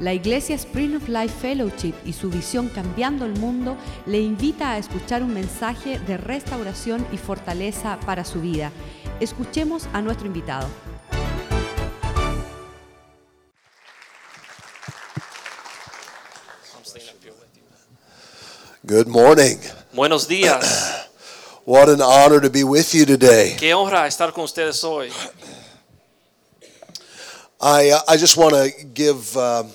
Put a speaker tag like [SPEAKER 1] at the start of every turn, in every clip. [SPEAKER 1] La Iglesia Spring of Life Fellowship y su visión Cambiando el Mundo le invita a escuchar un mensaje de restauración y fortaleza para su vida. Escuchemos a nuestro invitado.
[SPEAKER 2] Good morning.
[SPEAKER 3] Buenos días.
[SPEAKER 2] What an honor to be with you today.
[SPEAKER 3] Qué honra estar con ustedes hoy.
[SPEAKER 2] I, uh, I just want to give um,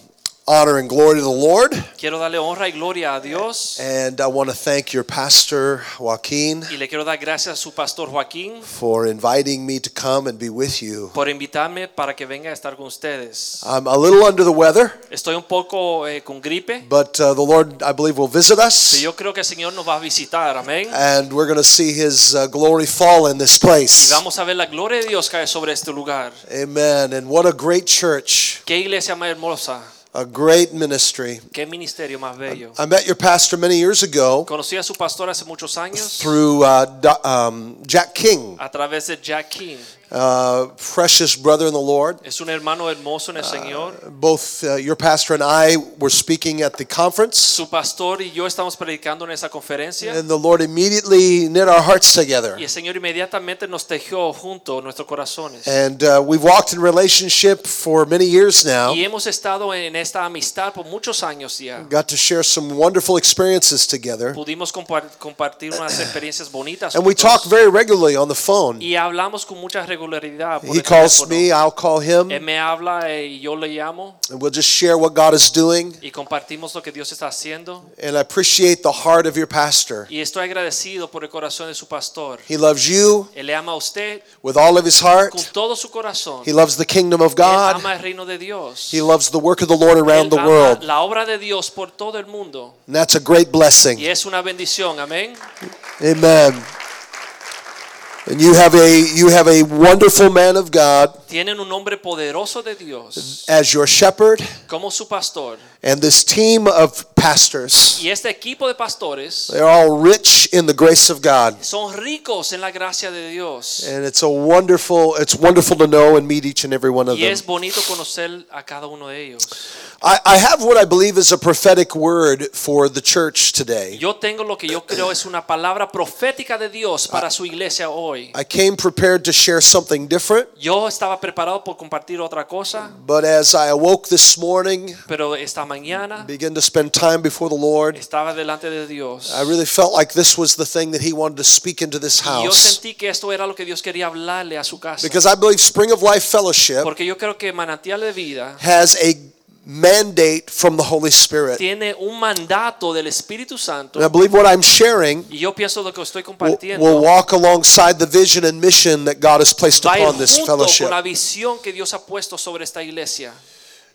[SPEAKER 2] honor and glory to the Lord,
[SPEAKER 3] Quiero darle honra y gloria a Dios
[SPEAKER 2] and I want to thank your pastor, Joaquin,
[SPEAKER 3] y le quiero dar gracias a su pastor Joaquín
[SPEAKER 2] for inviting me to come and be with you.
[SPEAKER 3] por invitarme para que venga a estar con ustedes.
[SPEAKER 2] I'm a little under the weather,
[SPEAKER 3] Estoy un poco eh, con gripe.
[SPEAKER 2] but uh, the Lord, I believe, will visit
[SPEAKER 3] pero
[SPEAKER 2] us,
[SPEAKER 3] Yo creo que el Señor nos va a visitar, amén.
[SPEAKER 2] and we're going to see his uh, glory fall in this
[SPEAKER 3] Y
[SPEAKER 2] place.
[SPEAKER 3] vamos a ver la gloria de Dios caer sobre este lugar.
[SPEAKER 2] Amen. And what a great church,
[SPEAKER 3] Qué iglesia más hermosa,
[SPEAKER 2] a great ministry.
[SPEAKER 3] qué ministerio más bello.
[SPEAKER 2] I met your pastor many years ago
[SPEAKER 3] Conocí a su pastor hace muchos años
[SPEAKER 2] through uh, Do- um, Jack King.
[SPEAKER 3] a través de Jack King.
[SPEAKER 2] uh, precious brother in the Lord.
[SPEAKER 3] Es un hermano hermoso en el Señor.
[SPEAKER 2] Both uh, your pastor and I were speaking at the conference,
[SPEAKER 3] Su pastor y yo estamos predicando en esa conferencia.
[SPEAKER 2] and the Lord immediately knit our hearts together.
[SPEAKER 3] Y el Señor inmediatamente nos tejió junto nuestros corazones.
[SPEAKER 2] And uh, we've walked in relationship for many years now.
[SPEAKER 3] Y hemos estado en esta amistad por muchos años ya.
[SPEAKER 2] Got to share some wonderful experiences together.
[SPEAKER 3] Pudimos compar- compartir unas experiencias bonitas.
[SPEAKER 2] And we
[SPEAKER 3] juntos.
[SPEAKER 2] talk very regularly on the phone.
[SPEAKER 3] y hablamos con mucha regularidad. Por
[SPEAKER 2] He
[SPEAKER 3] el
[SPEAKER 2] calls
[SPEAKER 3] teléfono.
[SPEAKER 2] me, I'll call him,
[SPEAKER 3] Él
[SPEAKER 2] and
[SPEAKER 3] me habla eh, y yo le llamo
[SPEAKER 2] we'll just share what God is doing.
[SPEAKER 3] y compartimos lo que Dios está haciendo.
[SPEAKER 2] And I appreciate the heart of your pastor.
[SPEAKER 3] Y estoy agradecido por el corazón de su pastor.
[SPEAKER 2] He loves you
[SPEAKER 3] Él le ama a usted
[SPEAKER 2] with all of his
[SPEAKER 3] con
[SPEAKER 2] heart.
[SPEAKER 3] todo su corazón.
[SPEAKER 2] He loves the kingdom of
[SPEAKER 3] Él
[SPEAKER 2] God.
[SPEAKER 3] ama el reino de Dios.
[SPEAKER 2] He loves the work of the Lord
[SPEAKER 3] Él
[SPEAKER 2] around the
[SPEAKER 3] ama
[SPEAKER 2] world.
[SPEAKER 3] la obra de Dios por todo el mundo.
[SPEAKER 2] And that's a great
[SPEAKER 3] Y
[SPEAKER 2] blessing.
[SPEAKER 3] es una bendición, amén.
[SPEAKER 2] Amen. And you have a you have a wonderful man of God
[SPEAKER 3] tienen un hombre poderoso de Dios
[SPEAKER 2] as your shepherd
[SPEAKER 3] como su pastor.
[SPEAKER 2] and this team of pastors.
[SPEAKER 3] Y este equipo de pastores
[SPEAKER 2] They're all rich in the grace of God.
[SPEAKER 3] son ricos en la gracia de Dios.
[SPEAKER 2] And it's a wonderful it's wonderful to know and meet each and every one of
[SPEAKER 3] Y
[SPEAKER 2] them.
[SPEAKER 3] es bonito conocer a cada uno de ellos.
[SPEAKER 2] I, I have what I believe is a prophetic word for the church today.
[SPEAKER 3] Yo tengo lo que yo creo es una palabra profética de Dios para su iglesia hoy.
[SPEAKER 2] I came prepared to share something different,
[SPEAKER 3] Yo estaba preparado por compartir otra cosa,
[SPEAKER 2] but as I awoke this morning,
[SPEAKER 3] pero esta mañana
[SPEAKER 2] began to spend time before the Lord,
[SPEAKER 3] estaba delante de Dios.
[SPEAKER 2] I really felt like this was the thing that he wanted to speak into this
[SPEAKER 3] Y yo
[SPEAKER 2] house.
[SPEAKER 3] sentí que esto era lo que Dios quería hablarle a su casa.
[SPEAKER 2] Because I believe Spring of Life Fellowship
[SPEAKER 3] Porque yo creo que Manantial de Vida
[SPEAKER 2] has a mandate from the Holy Spirit.
[SPEAKER 3] tiene un mandato del Espíritu Santo
[SPEAKER 2] And I believe what I'm sharing
[SPEAKER 3] Y yo pienso lo que estoy
[SPEAKER 2] will,
[SPEAKER 3] compartiendo
[SPEAKER 2] will walk alongside the vision and mission that God has placed
[SPEAKER 3] va a ir
[SPEAKER 2] upon this
[SPEAKER 3] junto con
[SPEAKER 2] fellowship.
[SPEAKER 3] la visión que Dios ha puesto sobre esta iglesia.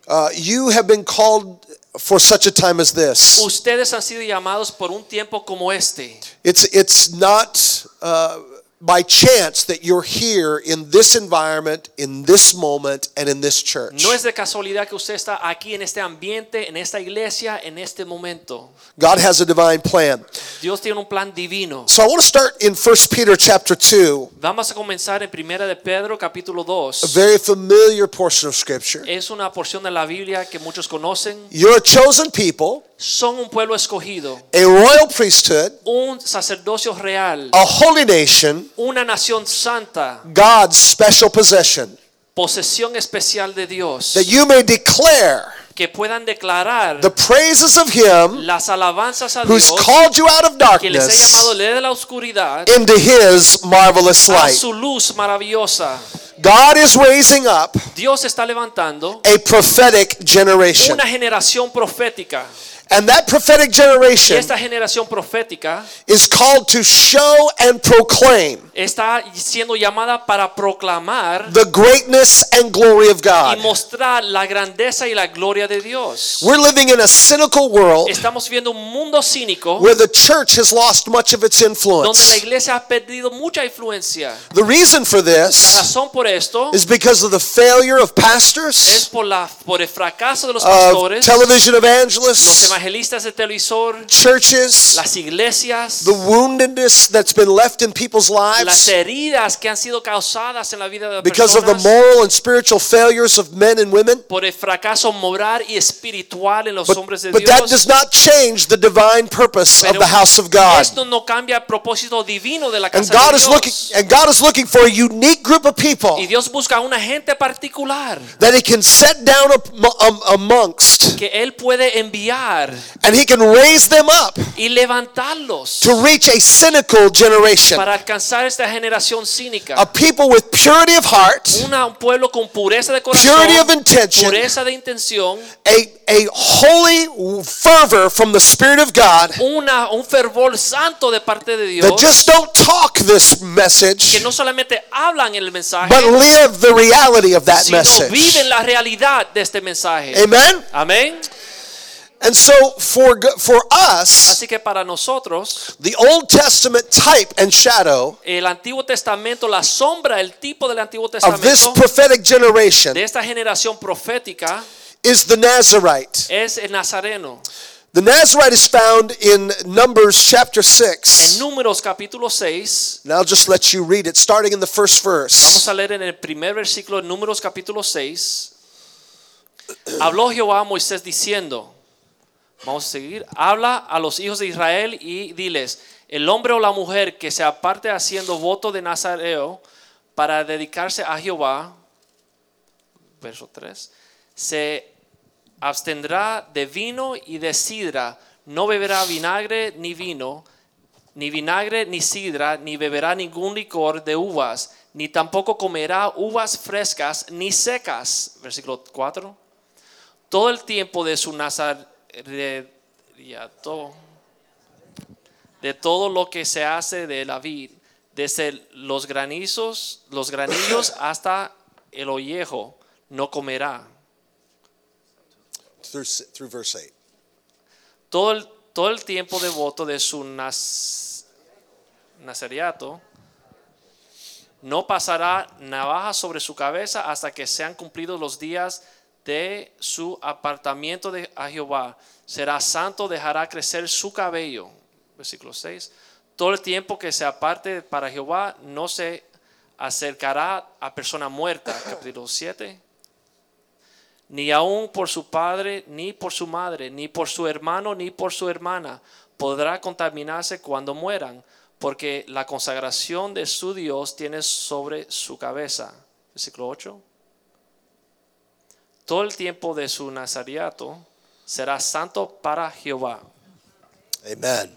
[SPEAKER 2] Uh, you have been called for such a time as this.
[SPEAKER 3] Ustedes han sido llamados por un tiempo como este.
[SPEAKER 2] It's, it's not uh, by chance that you're here in this environment, in this moment, and in this church.
[SPEAKER 3] No es de casualidad que usted está aquí en este ambiente, en esta iglesia, en este momento.
[SPEAKER 2] God has a divine plan.
[SPEAKER 3] Dios tiene un plan divino.
[SPEAKER 2] So I want to start in 1 Peter chapter 2,
[SPEAKER 3] Vamos a comenzar en Primera de Pedro capítulo
[SPEAKER 2] a
[SPEAKER 3] 2.
[SPEAKER 2] very familiar portion of scripture.
[SPEAKER 3] Es una porción de la Biblia que muchos conocen.
[SPEAKER 2] You're a chosen people,
[SPEAKER 3] Son un pueblo escogido,
[SPEAKER 2] a royal priesthood,
[SPEAKER 3] un sacerdocio real,
[SPEAKER 2] a holy nation,
[SPEAKER 3] una nación santa,
[SPEAKER 2] God's special possession,
[SPEAKER 3] posesión especial de Dios.
[SPEAKER 2] that you may declare
[SPEAKER 3] que puedan declarar
[SPEAKER 2] the praises of him
[SPEAKER 3] las alabanzas a
[SPEAKER 2] who's
[SPEAKER 3] Dios
[SPEAKER 2] called you out of
[SPEAKER 3] que les he
[SPEAKER 2] darkness
[SPEAKER 3] llamado de la oscuridad
[SPEAKER 2] into his marvelous
[SPEAKER 3] a
[SPEAKER 2] light.
[SPEAKER 3] su luz maravillosa.
[SPEAKER 2] God is raising up
[SPEAKER 3] Dios está levantando
[SPEAKER 2] a prophetic generation.
[SPEAKER 3] una generación profética.
[SPEAKER 2] And that prophetic
[SPEAKER 3] Y
[SPEAKER 2] generation
[SPEAKER 3] esta generación profética
[SPEAKER 2] is called to show and proclaim
[SPEAKER 3] está siendo llamada para proclamar
[SPEAKER 2] the greatness and glory of
[SPEAKER 3] y
[SPEAKER 2] God.
[SPEAKER 3] mostrar la grandeza y la gloria de Dios.
[SPEAKER 2] We're living in a cynical world
[SPEAKER 3] Estamos viendo un mundo cínico
[SPEAKER 2] where the church has lost much of its
[SPEAKER 3] donde la
[SPEAKER 2] influence.
[SPEAKER 3] iglesia ha perdido mucha influencia.
[SPEAKER 2] The reason for
[SPEAKER 3] La
[SPEAKER 2] this
[SPEAKER 3] razón por esto
[SPEAKER 2] is because of the failure of
[SPEAKER 3] es
[SPEAKER 2] pastors,
[SPEAKER 3] por, la, por el fracaso de los
[SPEAKER 2] of
[SPEAKER 3] pastores,
[SPEAKER 2] television
[SPEAKER 3] los
[SPEAKER 2] evangelists,
[SPEAKER 3] evangelistas de televisor,
[SPEAKER 2] churches,
[SPEAKER 3] las iglesias,
[SPEAKER 2] the woundedness that's been left in people's
[SPEAKER 3] las
[SPEAKER 2] lives
[SPEAKER 3] heridas que han sido causadas en la vida de las
[SPEAKER 2] because of the
[SPEAKER 3] personas
[SPEAKER 2] moral and spiritual failures of men and women.
[SPEAKER 3] por el fracaso moral y espiritual en los
[SPEAKER 2] But,
[SPEAKER 3] hombres de
[SPEAKER 2] but that
[SPEAKER 3] Dios.
[SPEAKER 2] does not change the divine purpose of
[SPEAKER 3] Pero
[SPEAKER 2] the house of God.
[SPEAKER 3] Esto no cambia el propósito divino de la
[SPEAKER 2] And
[SPEAKER 3] casa
[SPEAKER 2] God
[SPEAKER 3] de
[SPEAKER 2] is
[SPEAKER 3] Dios.
[SPEAKER 2] looking and God is looking for a unique group of people
[SPEAKER 3] y Dios busca una gente particular
[SPEAKER 2] that he can set down am- am- amongst
[SPEAKER 3] que él puede enviar
[SPEAKER 2] and he can raise them up
[SPEAKER 3] y levantarlos
[SPEAKER 2] to reach a cynical generation.
[SPEAKER 3] para alcanzar esta generación cínica.
[SPEAKER 2] A people with purity of heart,
[SPEAKER 3] Una- un pueblo con pureza de
[SPEAKER 2] Purity of
[SPEAKER 3] corazón,
[SPEAKER 2] intention.
[SPEAKER 3] pureza de intención,
[SPEAKER 2] a, a holy fervor from the Spirit of God
[SPEAKER 3] una, un fervor santo de parte de Dios,
[SPEAKER 2] that just don't talk this
[SPEAKER 3] que
[SPEAKER 2] message,
[SPEAKER 3] no solamente hablan el
[SPEAKER 2] but
[SPEAKER 3] mensaje,
[SPEAKER 2] live the reality of that
[SPEAKER 3] sino
[SPEAKER 2] message.
[SPEAKER 3] viven la realidad de este mensaje.
[SPEAKER 2] Amen?
[SPEAKER 3] Amén.
[SPEAKER 2] And so for, g- for us,
[SPEAKER 3] Así que para nosotros,
[SPEAKER 2] the Old Testament type and shadow
[SPEAKER 3] el Antiguo Testamento, la sombra, el tipo del Antiguo
[SPEAKER 2] of this
[SPEAKER 3] Testamento
[SPEAKER 2] prophetic generation
[SPEAKER 3] de esta generación profética
[SPEAKER 2] is the Nazarite.
[SPEAKER 3] es el Nazareno.
[SPEAKER 2] The Nazarite is found in Numbers chapter
[SPEAKER 3] En
[SPEAKER 2] 6.
[SPEAKER 3] Números capítulo 6,
[SPEAKER 2] And I'll just let you read it, starting in the first
[SPEAKER 3] Vamos
[SPEAKER 2] verse.
[SPEAKER 3] a leer en el primer versículo de Números capítulo 6. Habló Jehová a Moisés diciendo, vamos a seguir, habla a los hijos de Israel y diles, el hombre o la mujer que se aparte haciendo voto de Nazareo para dedicarse a Jehová, verso 3, se abstendrá de vino y de sidra, no beberá vinagre ni vino, ni vinagre ni sidra, ni beberá ningún licor de uvas, ni tampoco comerá uvas frescas ni secas. Versículo 4. Todo el tiempo de su nazareato, de todo lo que se hace de la vid, desde los granizos, los granillos hasta el ollejo, no comerá.
[SPEAKER 2] Through, s- through verse 8.
[SPEAKER 3] todo el, todo el tiempo devoto de su naz- nazareato, no pasará navaja sobre su cabeza hasta que sean cumplidos los días de su apartamiento de, a Jehová. Será santo, dejará crecer su cabello. Versículo 6. Todo el tiempo que se aparte para Jehová no se acercará a persona muerta. Capítulo 7 ni aun por su padre, ni por su madre, ni por su hermano, ni por su hermana, podrá contaminarse cuando mueran, porque la consagración de su Dios tiene sobre su cabeza. Versículo 8. Todo el tiempo de su nazareato será santo para Jehová.
[SPEAKER 2] Amen.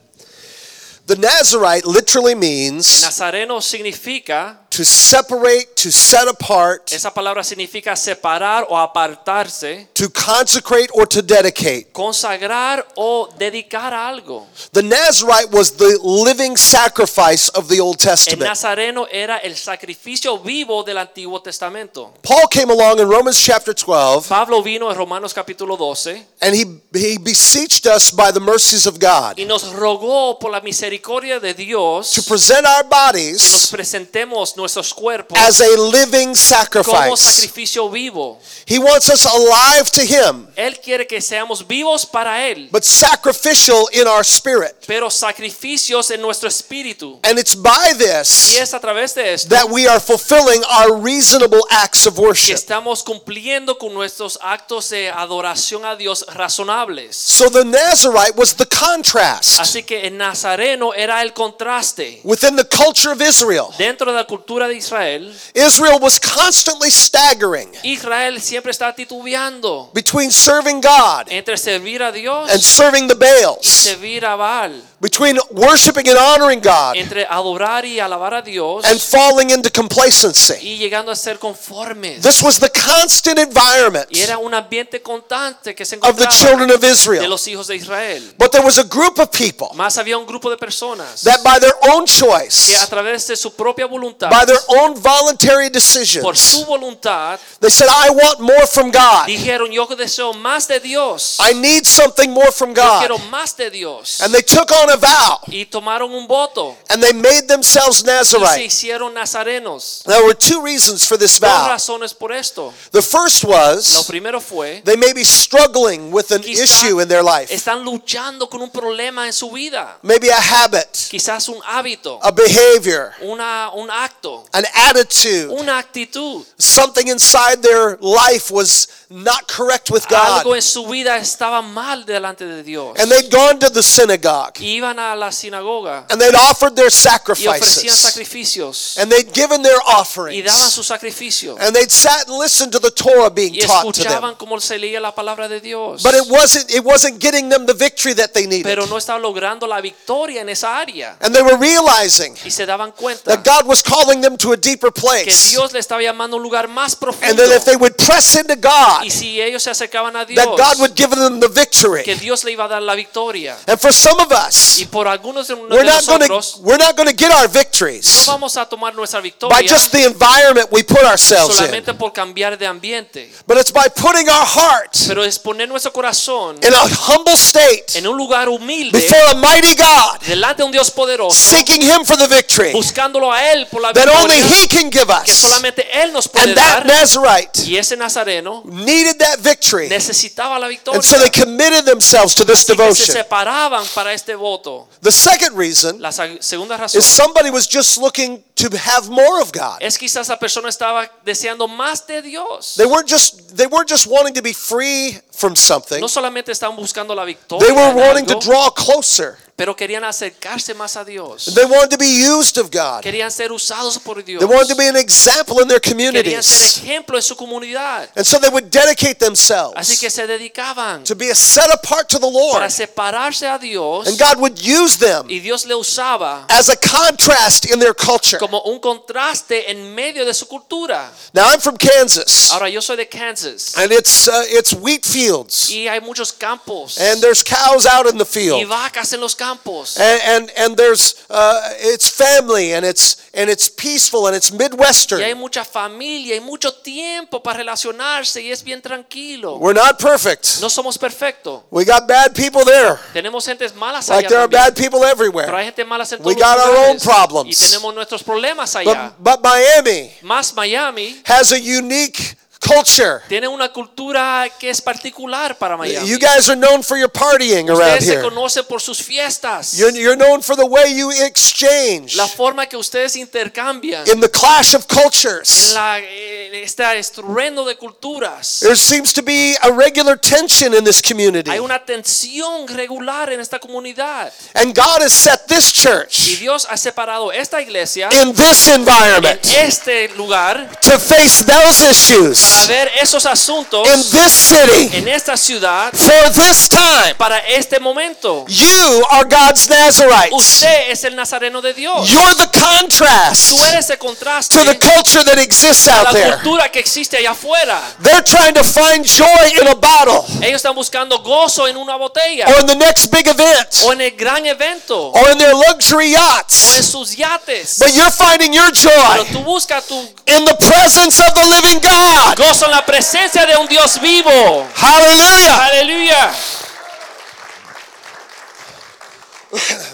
[SPEAKER 2] The Nazarite literally means
[SPEAKER 3] Nazareno significa,
[SPEAKER 2] to separate, to set apart,
[SPEAKER 3] esa palabra significa separar o apartarse,
[SPEAKER 2] to consecrate, or to dedicate.
[SPEAKER 3] consagrar o dedicar a algo.
[SPEAKER 2] The Nazarite was the living sacrifice of the Old
[SPEAKER 3] El
[SPEAKER 2] Testament.
[SPEAKER 3] Nazareno era el sacrificio vivo del Antiguo Testamento.
[SPEAKER 2] Paul came along in Romans chapter 12
[SPEAKER 3] Pablo vino en Romanos capítulo 12
[SPEAKER 2] and he, he beseeched us by the mercies of God
[SPEAKER 3] y nos rogó por la misericordia de Dios
[SPEAKER 2] to present our
[SPEAKER 3] que nos
[SPEAKER 2] bodies
[SPEAKER 3] presentemos nuestros cuerpos
[SPEAKER 2] as a living
[SPEAKER 3] como
[SPEAKER 2] sacrifice.
[SPEAKER 3] sacrificio vivo.
[SPEAKER 2] He wants us alive to him,
[SPEAKER 3] Él quiere que seamos vivos para Él,
[SPEAKER 2] but sacrificial in our spirit.
[SPEAKER 3] pero sacrificios en nuestro espíritu.
[SPEAKER 2] And it's by
[SPEAKER 3] Y
[SPEAKER 2] this
[SPEAKER 3] es a través de esto
[SPEAKER 2] that we are fulfilling our reasonable acts of
[SPEAKER 3] que
[SPEAKER 2] worship.
[SPEAKER 3] estamos cumpliendo con nuestros actos de adoración a Dios razonables.
[SPEAKER 2] So the Nazarite was the contrast
[SPEAKER 3] Así que el Nazareno era el contraste.
[SPEAKER 2] within the culture of Israel.
[SPEAKER 3] Dentro de la cultura de Israel,
[SPEAKER 2] Israel was constantly staggering
[SPEAKER 3] Israel siempre está titubeando
[SPEAKER 2] between serving God
[SPEAKER 3] entre servir a Dios
[SPEAKER 2] and serving the
[SPEAKER 3] y
[SPEAKER 2] Baals,
[SPEAKER 3] servir a Baal,
[SPEAKER 2] between worshiping and honoring God
[SPEAKER 3] entre adorar y alabar a Dios
[SPEAKER 2] and falling into complacency.
[SPEAKER 3] y llegando a ser conformes.
[SPEAKER 2] This was the constant environment
[SPEAKER 3] Y era un ambiente constante que se
[SPEAKER 2] of the
[SPEAKER 3] encontraba
[SPEAKER 2] children of
[SPEAKER 3] de
[SPEAKER 2] Israel.
[SPEAKER 3] los hijos de Israel.
[SPEAKER 2] But there was a group of people
[SPEAKER 3] Más había un grupo de personas
[SPEAKER 2] that by their own
[SPEAKER 3] que a
[SPEAKER 2] choice,
[SPEAKER 3] través de su propia voluntad,
[SPEAKER 2] by their own voluntary
[SPEAKER 3] por su
[SPEAKER 2] decisions,
[SPEAKER 3] voluntad,
[SPEAKER 2] they said, I want more from God.
[SPEAKER 3] dijeron, yo deseo más de Dios,
[SPEAKER 2] I need something more from
[SPEAKER 3] yo
[SPEAKER 2] God.
[SPEAKER 3] quiero más de Dios.
[SPEAKER 2] And they took on on a vow
[SPEAKER 3] y tomaron un voto
[SPEAKER 2] and they made themselves
[SPEAKER 3] y se
[SPEAKER 2] Nazarites.
[SPEAKER 3] hicieron nazarenos.
[SPEAKER 2] There were two reasons for this
[SPEAKER 3] Dos
[SPEAKER 2] vow.
[SPEAKER 3] razones por esto.
[SPEAKER 2] The first
[SPEAKER 3] Lo
[SPEAKER 2] was
[SPEAKER 3] primero fue,
[SPEAKER 2] they may be struggling with an
[SPEAKER 3] quizá
[SPEAKER 2] issue in their life,
[SPEAKER 3] están luchando con un problema en su vida,
[SPEAKER 2] maybe a habit,
[SPEAKER 3] quizás un hábito,
[SPEAKER 2] a behavior,
[SPEAKER 3] una, un acto,
[SPEAKER 2] an attitude,
[SPEAKER 3] una actitud.
[SPEAKER 2] something inside their life was not correct with God.
[SPEAKER 3] Algo en su vida estaba mal delante de Dios.
[SPEAKER 2] And they'd gone to the synagogue
[SPEAKER 3] Iban a la sinagoga
[SPEAKER 2] and they'd offered their
[SPEAKER 3] y
[SPEAKER 2] sacrifices
[SPEAKER 3] ofrecían sacrificios
[SPEAKER 2] and they'd given their
[SPEAKER 3] y
[SPEAKER 2] offerings
[SPEAKER 3] daban sus sacrificios
[SPEAKER 2] and they'd sat and listened to the Torah being
[SPEAKER 3] y
[SPEAKER 2] taught to them.
[SPEAKER 3] escuchaban cómo se leía la palabra de Dios.
[SPEAKER 2] But it wasn't it wasn't getting them the victory that they needed.
[SPEAKER 3] Pero no estaban logrando la victoria en esa área
[SPEAKER 2] And they were realizing
[SPEAKER 3] y se daban cuenta
[SPEAKER 2] that God was calling them to a deeper
[SPEAKER 3] que
[SPEAKER 2] place.
[SPEAKER 3] Dios le estaba llamando a un lugar más
[SPEAKER 2] And
[SPEAKER 3] profundo.
[SPEAKER 2] that if they would press into God,
[SPEAKER 3] Y si ellos se acercaban a Dios,
[SPEAKER 2] that God would give them the victory.
[SPEAKER 3] que Dios le iba a dar la victoria.
[SPEAKER 2] And for some of us,
[SPEAKER 3] Y por algunos de de
[SPEAKER 2] we're not going to
[SPEAKER 3] nosotros
[SPEAKER 2] we're not going to get our
[SPEAKER 3] no
[SPEAKER 2] victories
[SPEAKER 3] vamos a tomar nuestra
[SPEAKER 2] by
[SPEAKER 3] victoria
[SPEAKER 2] just the environment we put ourselves in.
[SPEAKER 3] solamente por cambiar de ambiente,
[SPEAKER 2] But it's by putting our heart
[SPEAKER 3] pero es poner nuestro corazón
[SPEAKER 2] in a humble state
[SPEAKER 3] en un lugar humilde
[SPEAKER 2] before a mighty God,
[SPEAKER 3] delante de un Dios poderoso,
[SPEAKER 2] seeking Him for the victory
[SPEAKER 3] buscándolo a él por la
[SPEAKER 2] that only
[SPEAKER 3] victoria
[SPEAKER 2] He can give
[SPEAKER 3] que
[SPEAKER 2] us.
[SPEAKER 3] solamente él nos puede
[SPEAKER 2] And that
[SPEAKER 3] dar.
[SPEAKER 2] Nazarite
[SPEAKER 3] Y ese nazareno
[SPEAKER 2] needed that victory.
[SPEAKER 3] necesitaba la victoria.
[SPEAKER 2] And so they committed themselves to this
[SPEAKER 3] Así que se
[SPEAKER 2] devotion.
[SPEAKER 3] separaban para este voto.
[SPEAKER 2] The second reason
[SPEAKER 3] La sa- segunda razón
[SPEAKER 2] is somebody was just looking to have more of God.
[SPEAKER 3] es quizás la persona estaba deseando más de Dios.
[SPEAKER 2] They weren't just they weren't just wanting to be free from something.
[SPEAKER 3] No solamente estaban buscando la victoria,
[SPEAKER 2] They were
[SPEAKER 3] en
[SPEAKER 2] wanting to
[SPEAKER 3] algo,
[SPEAKER 2] draw closer.
[SPEAKER 3] pero querían acercarse más a Dios.
[SPEAKER 2] They wanted to be used of God.
[SPEAKER 3] Querían ser usados por Dios.
[SPEAKER 2] They wanted to be an example in their
[SPEAKER 3] Querían
[SPEAKER 2] communities.
[SPEAKER 3] ser ejemplo en su comunidad.
[SPEAKER 2] And so they would dedicate
[SPEAKER 3] Así
[SPEAKER 2] themselves
[SPEAKER 3] que se dedicaban
[SPEAKER 2] to be a set apart to the Lord.
[SPEAKER 3] para separarse a Dios
[SPEAKER 2] And God would use them
[SPEAKER 3] y Dios le usaba
[SPEAKER 2] as a contrast in their culture.
[SPEAKER 3] como un contraste en medio de su cultura.
[SPEAKER 2] Now I'm from Kansas.
[SPEAKER 3] Ahora yo soy de Kansas
[SPEAKER 2] And it's uh, it's wheat fields.
[SPEAKER 3] y hay muchos campos
[SPEAKER 2] and there's cows out in the
[SPEAKER 3] y
[SPEAKER 2] field
[SPEAKER 3] vacas en los campos.
[SPEAKER 2] and and, and there's uh, it's family and it's and it's peaceful and it's
[SPEAKER 3] Y hay
[SPEAKER 2] midwestern
[SPEAKER 3] mucha familia y mucho tiempo para relacionarse y es bien tranquilo.
[SPEAKER 2] we're not perfect
[SPEAKER 3] No somos perfectos.
[SPEAKER 2] we got bad people there
[SPEAKER 3] Tenemos gentes malas
[SPEAKER 2] like
[SPEAKER 3] allá
[SPEAKER 2] there are
[SPEAKER 3] también.
[SPEAKER 2] bad people
[SPEAKER 3] Pero hay
[SPEAKER 2] everywhere
[SPEAKER 3] gente malas en
[SPEAKER 2] We
[SPEAKER 3] todos
[SPEAKER 2] got
[SPEAKER 3] los
[SPEAKER 2] our own
[SPEAKER 3] lugares. Y
[SPEAKER 2] problems.
[SPEAKER 3] tenemos nuestros problemas allá.
[SPEAKER 2] but, but miami
[SPEAKER 3] Más Miami
[SPEAKER 2] has a unique culture
[SPEAKER 3] tiene una cultura que es particular para Miami.
[SPEAKER 2] you guys are known for your partying around
[SPEAKER 3] Oh, Ustedes se
[SPEAKER 2] here
[SPEAKER 3] conocen por sus fiestas.
[SPEAKER 2] you're, you're known for the way you exchange
[SPEAKER 3] la forma que ustedes intercambian
[SPEAKER 2] in the clash of
[SPEAKER 3] en,
[SPEAKER 2] cultures
[SPEAKER 3] la, en este estruendo de culturas.
[SPEAKER 2] there seems to be a regular tension in this community
[SPEAKER 3] Hay una tensión regular en esta comunidad.
[SPEAKER 2] and god has set this
[SPEAKER 3] Y
[SPEAKER 2] church
[SPEAKER 3] Dios ha separado esta iglesia
[SPEAKER 2] in this
[SPEAKER 3] en
[SPEAKER 2] environment
[SPEAKER 3] este lugar
[SPEAKER 2] to face those
[SPEAKER 3] para
[SPEAKER 2] issues
[SPEAKER 3] ver esos asuntos
[SPEAKER 2] in this city
[SPEAKER 3] en esta ciudad
[SPEAKER 2] for this time.
[SPEAKER 3] para este momento.
[SPEAKER 2] You are God's Nazarites.
[SPEAKER 3] Usted es el nazareno de Dios.
[SPEAKER 2] You're the
[SPEAKER 3] Tú
[SPEAKER 2] contrast
[SPEAKER 3] eres el contraste
[SPEAKER 2] to the culture that exists
[SPEAKER 3] a
[SPEAKER 2] out
[SPEAKER 3] la
[SPEAKER 2] there.
[SPEAKER 3] cultura que existe allá afuera.
[SPEAKER 2] They're trying to find joy in a bottle
[SPEAKER 3] Ellos están buscando gozo en una botella
[SPEAKER 2] or in the next big event
[SPEAKER 3] o en el gran evento o
[SPEAKER 2] or in their luxury
[SPEAKER 3] en
[SPEAKER 2] yachts.
[SPEAKER 3] sus yates.
[SPEAKER 2] But you're finding your
[SPEAKER 3] Pero
[SPEAKER 2] joy
[SPEAKER 3] tú buscas tu
[SPEAKER 2] in the presence of the living God.
[SPEAKER 3] gozo en la presencia de un Dios vivo.
[SPEAKER 2] Hallelujah.
[SPEAKER 3] Aleluya.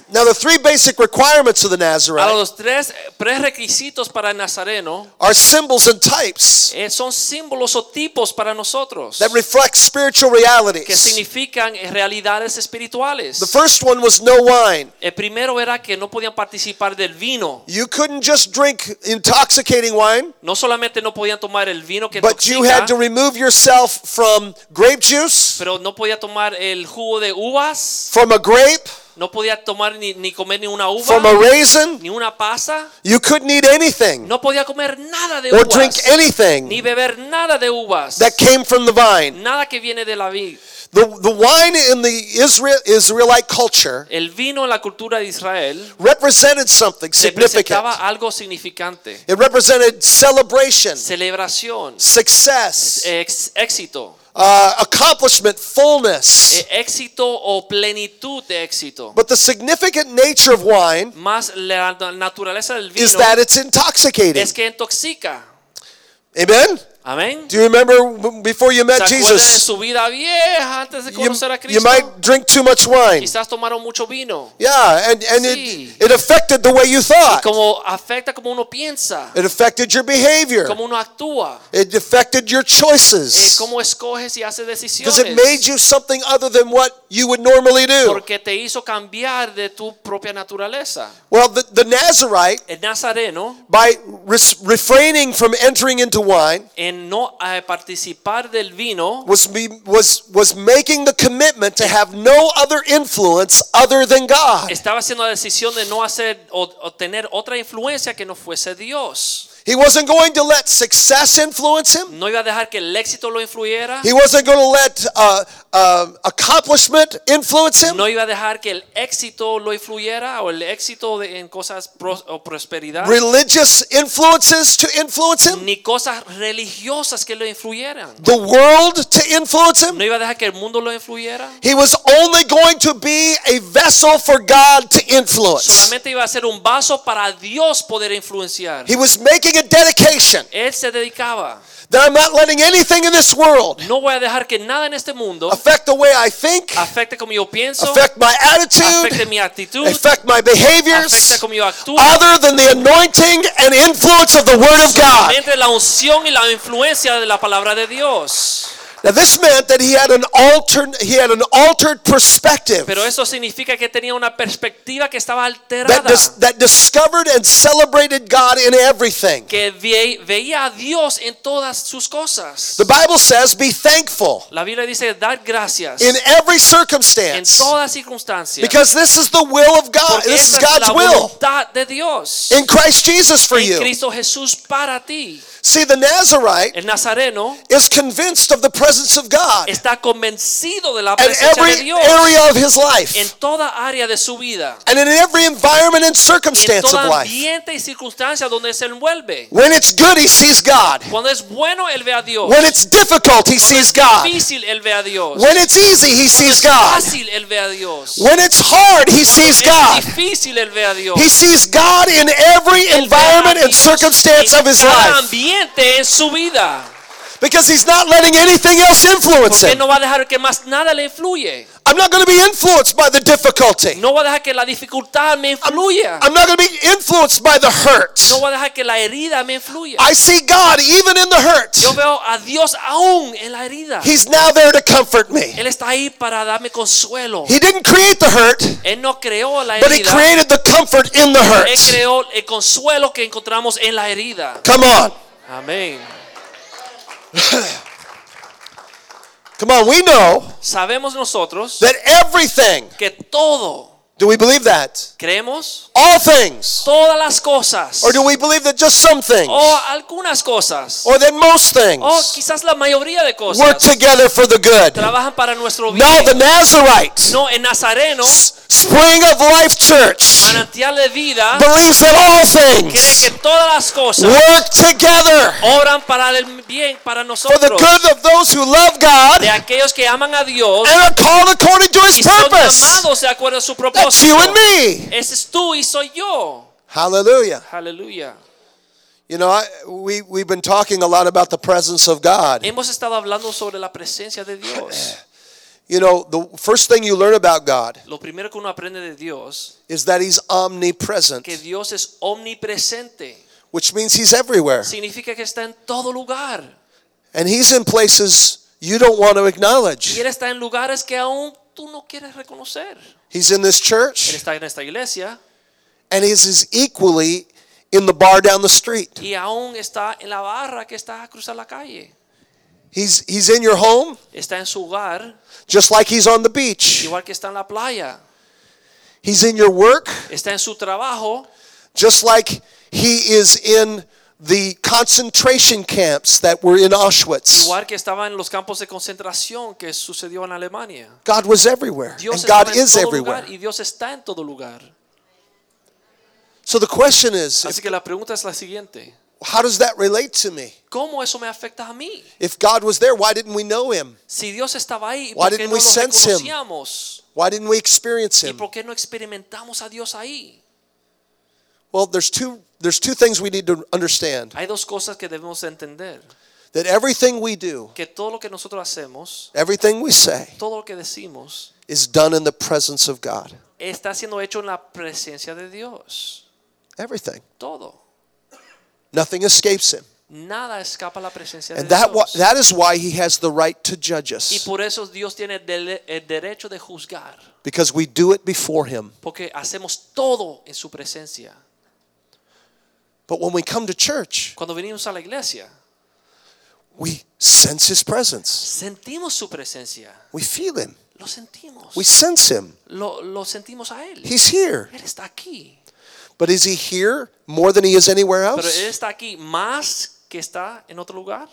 [SPEAKER 2] Now, the three basic requirements of the
[SPEAKER 3] A
[SPEAKER 2] Nazarite
[SPEAKER 3] los tres eh, prerequisitos para el nazareno
[SPEAKER 2] are symbols and types.
[SPEAKER 3] eh, son símbolos o tipos para nosotros
[SPEAKER 2] that reflects spiritual
[SPEAKER 3] que
[SPEAKER 2] realities.
[SPEAKER 3] significan eh, realidades espirituales.
[SPEAKER 2] The first one was no wine.
[SPEAKER 3] El primero era que no podían participar del vino.
[SPEAKER 2] You couldn't just drink intoxicating wine,
[SPEAKER 3] No solamente no podían tomar el vino que
[SPEAKER 2] but you
[SPEAKER 3] intoxica,
[SPEAKER 2] had to remove yourself from grape juice,
[SPEAKER 3] pero no podía tomar el jugo de uvas,
[SPEAKER 2] from a grape,
[SPEAKER 3] no podía tomar ni, ni comer ni una uva,
[SPEAKER 2] from a raisin.
[SPEAKER 3] ni una pasa,
[SPEAKER 2] You couldn't eat anything
[SPEAKER 3] no podía comer nada de
[SPEAKER 2] or
[SPEAKER 3] uvas,
[SPEAKER 2] drink
[SPEAKER 3] ni
[SPEAKER 2] anything
[SPEAKER 3] beber nada de uvas,
[SPEAKER 2] that came from the vine.
[SPEAKER 3] nada que viene de la vid.
[SPEAKER 2] The, the wine in the Israel, Israelite culture
[SPEAKER 3] El vino en la cultura de Israel
[SPEAKER 2] represented something significant.
[SPEAKER 3] representaba algo significante,
[SPEAKER 2] It represented celebration,
[SPEAKER 3] celebración,
[SPEAKER 2] success,
[SPEAKER 3] ex- éxito,
[SPEAKER 2] uh, accomplishment, fullness.
[SPEAKER 3] eh, éxito o plenitud de éxito.
[SPEAKER 2] But the significant nature of wine
[SPEAKER 3] Más la naturaleza del vino
[SPEAKER 2] is that it's intoxicating.
[SPEAKER 3] es que intoxica.
[SPEAKER 2] Amen?
[SPEAKER 3] Amén.
[SPEAKER 2] Do you remember w- before you met
[SPEAKER 3] ¿Se acuerdan de
[SPEAKER 2] Jesus?
[SPEAKER 3] su vida vieja antes de
[SPEAKER 2] You,
[SPEAKER 3] conocer a
[SPEAKER 2] you
[SPEAKER 3] Cristo?
[SPEAKER 2] might drink too much wine.
[SPEAKER 3] Quizás tomaron mucho vino.
[SPEAKER 2] Yeah, and, and
[SPEAKER 3] Sí.
[SPEAKER 2] it, it affected the way you thought.
[SPEAKER 3] Como afecta como uno piensa,
[SPEAKER 2] It affected your behavior.
[SPEAKER 3] como uno actúa,
[SPEAKER 2] It affected your
[SPEAKER 3] eh,
[SPEAKER 2] choices.
[SPEAKER 3] cómo escoges y haces
[SPEAKER 2] Because it made
[SPEAKER 3] decisiones.
[SPEAKER 2] you something other than what you would normally do.
[SPEAKER 3] Porque te hizo cambiar de tu propia naturaleza.
[SPEAKER 2] Well, the, the Nazarite,
[SPEAKER 3] El nazareno,
[SPEAKER 2] by res- refraining from entering into wine,
[SPEAKER 3] en no eh, participar del vino,
[SPEAKER 2] was, be, was, was making the commitment to have no other influence other than God.
[SPEAKER 3] estaba haciendo la decisión de no hacer o, o tener otra influencia que no fuese Dios.
[SPEAKER 2] He wasn't going to let success influence him.
[SPEAKER 3] No iba a dejar que el éxito lo influyera.
[SPEAKER 2] He wasn't going to let uh, uh, accomplishment influence him.
[SPEAKER 3] No iba a dejar que el éxito lo influyera o el éxito de- en cosas pro- o prosperidad.
[SPEAKER 2] Religious influences to influence him.
[SPEAKER 3] ni cosas religiosas que lo influyeran.
[SPEAKER 2] The world to influence him.
[SPEAKER 3] No iba a dejar que el mundo lo influyera.
[SPEAKER 2] He was only going to be a vessel for God to influence.
[SPEAKER 3] Solamente iba a ser un vaso para Dios poder influenciar.
[SPEAKER 2] He was making a dedication
[SPEAKER 3] Él se dedicaba.
[SPEAKER 2] that I'm not letting anything in this world
[SPEAKER 3] No voy a dejar que nada en este mundo
[SPEAKER 2] affect the way I think,
[SPEAKER 3] afecte como yo pienso,
[SPEAKER 2] affect my
[SPEAKER 3] afecte
[SPEAKER 2] attitude,
[SPEAKER 3] mi actitud,
[SPEAKER 2] affect my
[SPEAKER 3] afecte
[SPEAKER 2] behaviors,
[SPEAKER 3] como yo actúo.
[SPEAKER 2] other than the anointing and influence of the Word of God.
[SPEAKER 3] Entre la unción y la influencia de la palabra de Dios.
[SPEAKER 2] Now this meant that he had an altered he had an altered perspective
[SPEAKER 3] Pero eso significa que tenía una perspectiva que estaba
[SPEAKER 2] that
[SPEAKER 3] alterada.
[SPEAKER 2] dis- that discovered and celebrated God in everything.
[SPEAKER 3] que ve- veía a Dios en todas sus cosas.
[SPEAKER 2] The Bible says, "Be thankful
[SPEAKER 3] La Biblia dice dar gracias
[SPEAKER 2] in every
[SPEAKER 3] en
[SPEAKER 2] circumstance."
[SPEAKER 3] toda circunstancia.
[SPEAKER 2] Because this is the will of God.
[SPEAKER 3] Porque
[SPEAKER 2] This is
[SPEAKER 3] esta es
[SPEAKER 2] God's
[SPEAKER 3] la
[SPEAKER 2] will
[SPEAKER 3] voluntad de Dios
[SPEAKER 2] in Christ Jesus for
[SPEAKER 3] en
[SPEAKER 2] you.
[SPEAKER 3] Cristo Jesús para ti.
[SPEAKER 2] See, the Nazarite
[SPEAKER 3] El nazareno
[SPEAKER 2] is convinced of the presence of God at
[SPEAKER 3] está convencido de la presencia de
[SPEAKER 2] every
[SPEAKER 3] Dios
[SPEAKER 2] area of his life
[SPEAKER 3] en toda área de su vida,
[SPEAKER 2] and in every environment and
[SPEAKER 3] en
[SPEAKER 2] circumstance
[SPEAKER 3] todo
[SPEAKER 2] of life.
[SPEAKER 3] ambiente y circunstancia donde se envuelve.
[SPEAKER 2] When it's good, he sees God.
[SPEAKER 3] Cuando es bueno, él ve a Dios.
[SPEAKER 2] When it's difficult, he sees God.
[SPEAKER 3] Difícil, él ve a Dios.
[SPEAKER 2] When it's easy, he sees God.
[SPEAKER 3] Fácil, él ve a Dios.
[SPEAKER 2] When it's hard, he sees God.
[SPEAKER 3] Es difícil, él ve a Dios.
[SPEAKER 2] He sees God in every
[SPEAKER 3] Él ve a
[SPEAKER 2] environment and
[SPEAKER 3] Dios
[SPEAKER 2] circumstance
[SPEAKER 3] en
[SPEAKER 2] of his
[SPEAKER 3] cada
[SPEAKER 2] life
[SPEAKER 3] ambiente en su vida.
[SPEAKER 2] because he's not letting anything else influence
[SPEAKER 3] Porque
[SPEAKER 2] him.
[SPEAKER 3] no va a dejar que más nada le influye.
[SPEAKER 2] I'm not going to be influenced by the difficulty.
[SPEAKER 3] No va a dejar que la dificultad me influya.
[SPEAKER 2] I'm not going to be influenced by the hurt.
[SPEAKER 3] No va a dejar que la herida me influya.
[SPEAKER 2] I see God even in the
[SPEAKER 3] Yo
[SPEAKER 2] hurt.
[SPEAKER 3] veo a Dios aún en la herida.
[SPEAKER 2] He's now there to comfort me.
[SPEAKER 3] Él está ahí para darme consuelo.
[SPEAKER 2] He didn't create the hurt,
[SPEAKER 3] Él no creó la
[SPEAKER 2] but he
[SPEAKER 3] herida.
[SPEAKER 2] created the comfort in the
[SPEAKER 3] Él
[SPEAKER 2] hurt.
[SPEAKER 3] creó el consuelo que encontramos en la herida.
[SPEAKER 2] Come on.
[SPEAKER 3] Amén.
[SPEAKER 2] Come on. We know
[SPEAKER 3] Sabemos nosotros
[SPEAKER 2] that everything,
[SPEAKER 3] que todo,
[SPEAKER 2] do we believe that?
[SPEAKER 3] creemos
[SPEAKER 2] All things.
[SPEAKER 3] todas las cosas
[SPEAKER 2] Or do we believe that just some things?
[SPEAKER 3] o algunas cosas
[SPEAKER 2] Or that most
[SPEAKER 3] o
[SPEAKER 2] things
[SPEAKER 3] Oh, quizás la mayoría de
[SPEAKER 2] work
[SPEAKER 3] cosas
[SPEAKER 2] together for the good?
[SPEAKER 3] trabajan para nuestro
[SPEAKER 2] No, the
[SPEAKER 3] bien.
[SPEAKER 2] Nazarite,
[SPEAKER 3] No, el Nazareno,
[SPEAKER 2] S- Spring of Life Church,
[SPEAKER 3] manantial de vida,
[SPEAKER 2] believes that all
[SPEAKER 3] cree
[SPEAKER 2] things
[SPEAKER 3] que todas las cosas
[SPEAKER 2] work together
[SPEAKER 3] obran para el bien
[SPEAKER 2] for
[SPEAKER 3] para
[SPEAKER 2] the
[SPEAKER 3] nosotros
[SPEAKER 2] good of those who love God
[SPEAKER 3] de aquellos que aman a Dios
[SPEAKER 2] and are called according to
[SPEAKER 3] y
[SPEAKER 2] his
[SPEAKER 3] son
[SPEAKER 2] purpose.
[SPEAKER 3] llamados de acuerdo a su
[SPEAKER 2] That's you
[SPEAKER 3] propósito.
[SPEAKER 2] and me.
[SPEAKER 3] Ese es tú y soy yo.
[SPEAKER 2] Hallelujah.
[SPEAKER 3] Aleluya.
[SPEAKER 2] You know, I, we, we've been talking a lot about the presence of God.
[SPEAKER 3] Hemos estado hablando sobre la presencia de Dios.
[SPEAKER 2] You know, the first thing you learn about God
[SPEAKER 3] Lo primero que uno aprende de Dios,
[SPEAKER 2] is that he's
[SPEAKER 3] que
[SPEAKER 2] omnipresent,
[SPEAKER 3] Dios es omnipresente.
[SPEAKER 2] which means he's everywhere.
[SPEAKER 3] Significa que está en todo lugar.
[SPEAKER 2] And he's in places you don't want to
[SPEAKER 3] Y
[SPEAKER 2] acknowledge.
[SPEAKER 3] Él está en lugares que aún tú no quieres reconocer.
[SPEAKER 2] He's in this
[SPEAKER 3] Él
[SPEAKER 2] church,
[SPEAKER 3] está en esta iglesia
[SPEAKER 2] and he's is equally in the bar down the street.
[SPEAKER 3] y aún está en la barra que está a cruzar la calle.
[SPEAKER 2] He's, he's in your home,
[SPEAKER 3] Está en su hogar,
[SPEAKER 2] just like he's on the beach.
[SPEAKER 3] igual que está en la playa.
[SPEAKER 2] He's in your work,
[SPEAKER 3] Está en su trabajo,
[SPEAKER 2] just like he is in the concentration camps that were in Auschwitz.
[SPEAKER 3] igual que estaba en los campos de concentración que sucedió en Alemania.
[SPEAKER 2] God was everywhere,
[SPEAKER 3] Dios
[SPEAKER 2] and God
[SPEAKER 3] estaba en
[SPEAKER 2] is
[SPEAKER 3] todo
[SPEAKER 2] everywhere.
[SPEAKER 3] lugar y Dios está en todo lugar.
[SPEAKER 2] So the question is,
[SPEAKER 3] Así que la pregunta es la siguiente.
[SPEAKER 2] how does that relate to me?
[SPEAKER 3] ¿Cómo eso me afecta a mí?
[SPEAKER 2] If God was there, why didn't we know him?
[SPEAKER 3] Si Dios estaba ahí,
[SPEAKER 2] Why
[SPEAKER 3] ¿por qué
[SPEAKER 2] didn't
[SPEAKER 3] no
[SPEAKER 2] we
[SPEAKER 3] lo
[SPEAKER 2] sense him?
[SPEAKER 3] reconocíamos?
[SPEAKER 2] Why didn't we experience
[SPEAKER 3] ¿Y
[SPEAKER 2] him?
[SPEAKER 3] por qué no experimentamos a Dios ahí?
[SPEAKER 2] Well, there's two there's two things we need to understand.
[SPEAKER 3] Hay dos cosas que debemos entender.
[SPEAKER 2] that everything we do,
[SPEAKER 3] que todo lo que nosotros hacemos,
[SPEAKER 2] everything we say,
[SPEAKER 3] todo lo que decimos,
[SPEAKER 2] is done in the presence of God.
[SPEAKER 3] está siendo hecho en la presencia de Dios.
[SPEAKER 2] Everything.
[SPEAKER 3] Todo.
[SPEAKER 2] Nothing escapes Him.
[SPEAKER 3] Nada escapa a la presencia de
[SPEAKER 2] And that, wa-
[SPEAKER 3] Dios.
[SPEAKER 2] that is why He has the right to judge
[SPEAKER 3] y
[SPEAKER 2] us,
[SPEAKER 3] por eso Dios tiene el dele- el derecho de juzgar,
[SPEAKER 2] because we do it before Him.
[SPEAKER 3] porque hacemos todo en su presencia.
[SPEAKER 2] But when we come to church,
[SPEAKER 3] Cuando venimos a la iglesia,
[SPEAKER 2] we sense His presence,
[SPEAKER 3] sentimos su presencia,
[SPEAKER 2] we feel Him,
[SPEAKER 3] lo sentimos,
[SPEAKER 2] we sense Him.
[SPEAKER 3] lo, lo sentimos a Él.
[SPEAKER 2] He's here.
[SPEAKER 3] Él está aquí,
[SPEAKER 2] But is He here more than He is anywhere
[SPEAKER 3] pero Él
[SPEAKER 2] else?
[SPEAKER 3] está aquí más que está en otro lugar.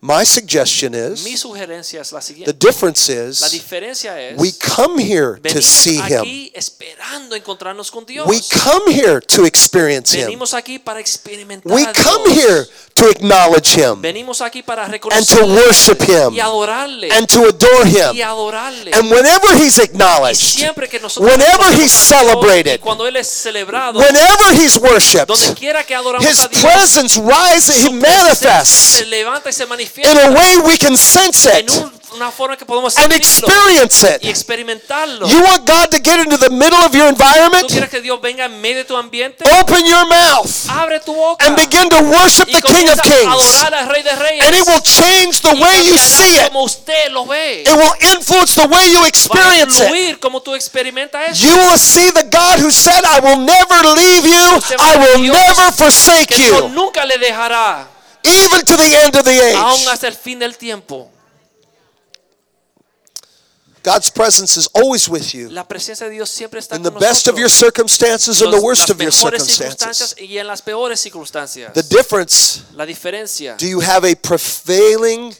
[SPEAKER 2] My suggestion
[SPEAKER 3] Mi
[SPEAKER 2] is
[SPEAKER 3] sugerencia es la
[SPEAKER 2] the
[SPEAKER 3] siguiente.
[SPEAKER 2] difference
[SPEAKER 3] La
[SPEAKER 2] is
[SPEAKER 3] diferencia es
[SPEAKER 2] we come here to
[SPEAKER 3] venimos
[SPEAKER 2] see Him.
[SPEAKER 3] aquí esperando encontrarnos con Dios.
[SPEAKER 2] We come here to experience Him.
[SPEAKER 3] Venimos aquí para experimentar.
[SPEAKER 2] We
[SPEAKER 3] a
[SPEAKER 2] come
[SPEAKER 3] Dios.
[SPEAKER 2] here to acknowledge Him
[SPEAKER 3] Venimos aquí para
[SPEAKER 2] and to
[SPEAKER 3] reconocer
[SPEAKER 2] worship Him
[SPEAKER 3] y adorarle
[SPEAKER 2] and to adore
[SPEAKER 3] y
[SPEAKER 2] Him.
[SPEAKER 3] adorarle.
[SPEAKER 2] And whenever He's
[SPEAKER 3] Y
[SPEAKER 2] acknowledged,
[SPEAKER 3] siempre que nosotros
[SPEAKER 2] whenever He's
[SPEAKER 3] y
[SPEAKER 2] celebrated,
[SPEAKER 3] cuando él es celebrado,
[SPEAKER 2] whenever He's
[SPEAKER 3] donde
[SPEAKER 2] worshiped,
[SPEAKER 3] quiera que adoramos
[SPEAKER 2] His
[SPEAKER 3] a Dios,
[SPEAKER 2] presence rises,
[SPEAKER 3] su
[SPEAKER 2] He
[SPEAKER 3] presencia se
[SPEAKER 2] manifests
[SPEAKER 3] levanta y se
[SPEAKER 2] in
[SPEAKER 3] manifiesta
[SPEAKER 2] a way we can sense
[SPEAKER 3] en
[SPEAKER 2] it
[SPEAKER 3] un- una forma que podemos
[SPEAKER 2] and
[SPEAKER 3] sentirlo
[SPEAKER 2] experience
[SPEAKER 3] y
[SPEAKER 2] it.
[SPEAKER 3] experimentarlo.
[SPEAKER 2] You want God to get into the middle of your
[SPEAKER 3] ¿Tú quieres
[SPEAKER 2] environment?
[SPEAKER 3] que Dios venga en medio de tu ambiente?
[SPEAKER 2] Open your mouth
[SPEAKER 3] Abre tu boca
[SPEAKER 2] Oh, and begin to worship
[SPEAKER 3] y
[SPEAKER 2] the King
[SPEAKER 3] comienza
[SPEAKER 2] of
[SPEAKER 3] a
[SPEAKER 2] Kings.
[SPEAKER 3] adorar al Rey de Reyes.
[SPEAKER 2] And it will change the
[SPEAKER 3] Y
[SPEAKER 2] way you
[SPEAKER 3] cambiará
[SPEAKER 2] see it.
[SPEAKER 3] como usted lo ve.
[SPEAKER 2] It will influence the way you
[SPEAKER 3] Va a
[SPEAKER 2] experience it.
[SPEAKER 3] influir como tú experimentas eso.
[SPEAKER 2] You will see the God who said, I will never leave you, I will never forsake
[SPEAKER 3] que Dios
[SPEAKER 2] you,
[SPEAKER 3] nunca le dejará,
[SPEAKER 2] even to the end of the
[SPEAKER 3] aún
[SPEAKER 2] age.
[SPEAKER 3] hasta el fin del tiempo.
[SPEAKER 2] God's presence is always with you
[SPEAKER 3] La presencia de Dios siempre está
[SPEAKER 2] in the
[SPEAKER 3] con
[SPEAKER 2] best of your
[SPEAKER 3] nosotros.
[SPEAKER 2] circumstances and the
[SPEAKER 3] Los-
[SPEAKER 2] worst
[SPEAKER 3] las
[SPEAKER 2] of your
[SPEAKER 3] mejores
[SPEAKER 2] circumstances.
[SPEAKER 3] circunstancias y en las peores circunstancias.
[SPEAKER 2] The difference
[SPEAKER 3] La diferencia.
[SPEAKER 2] do you have a prevailing,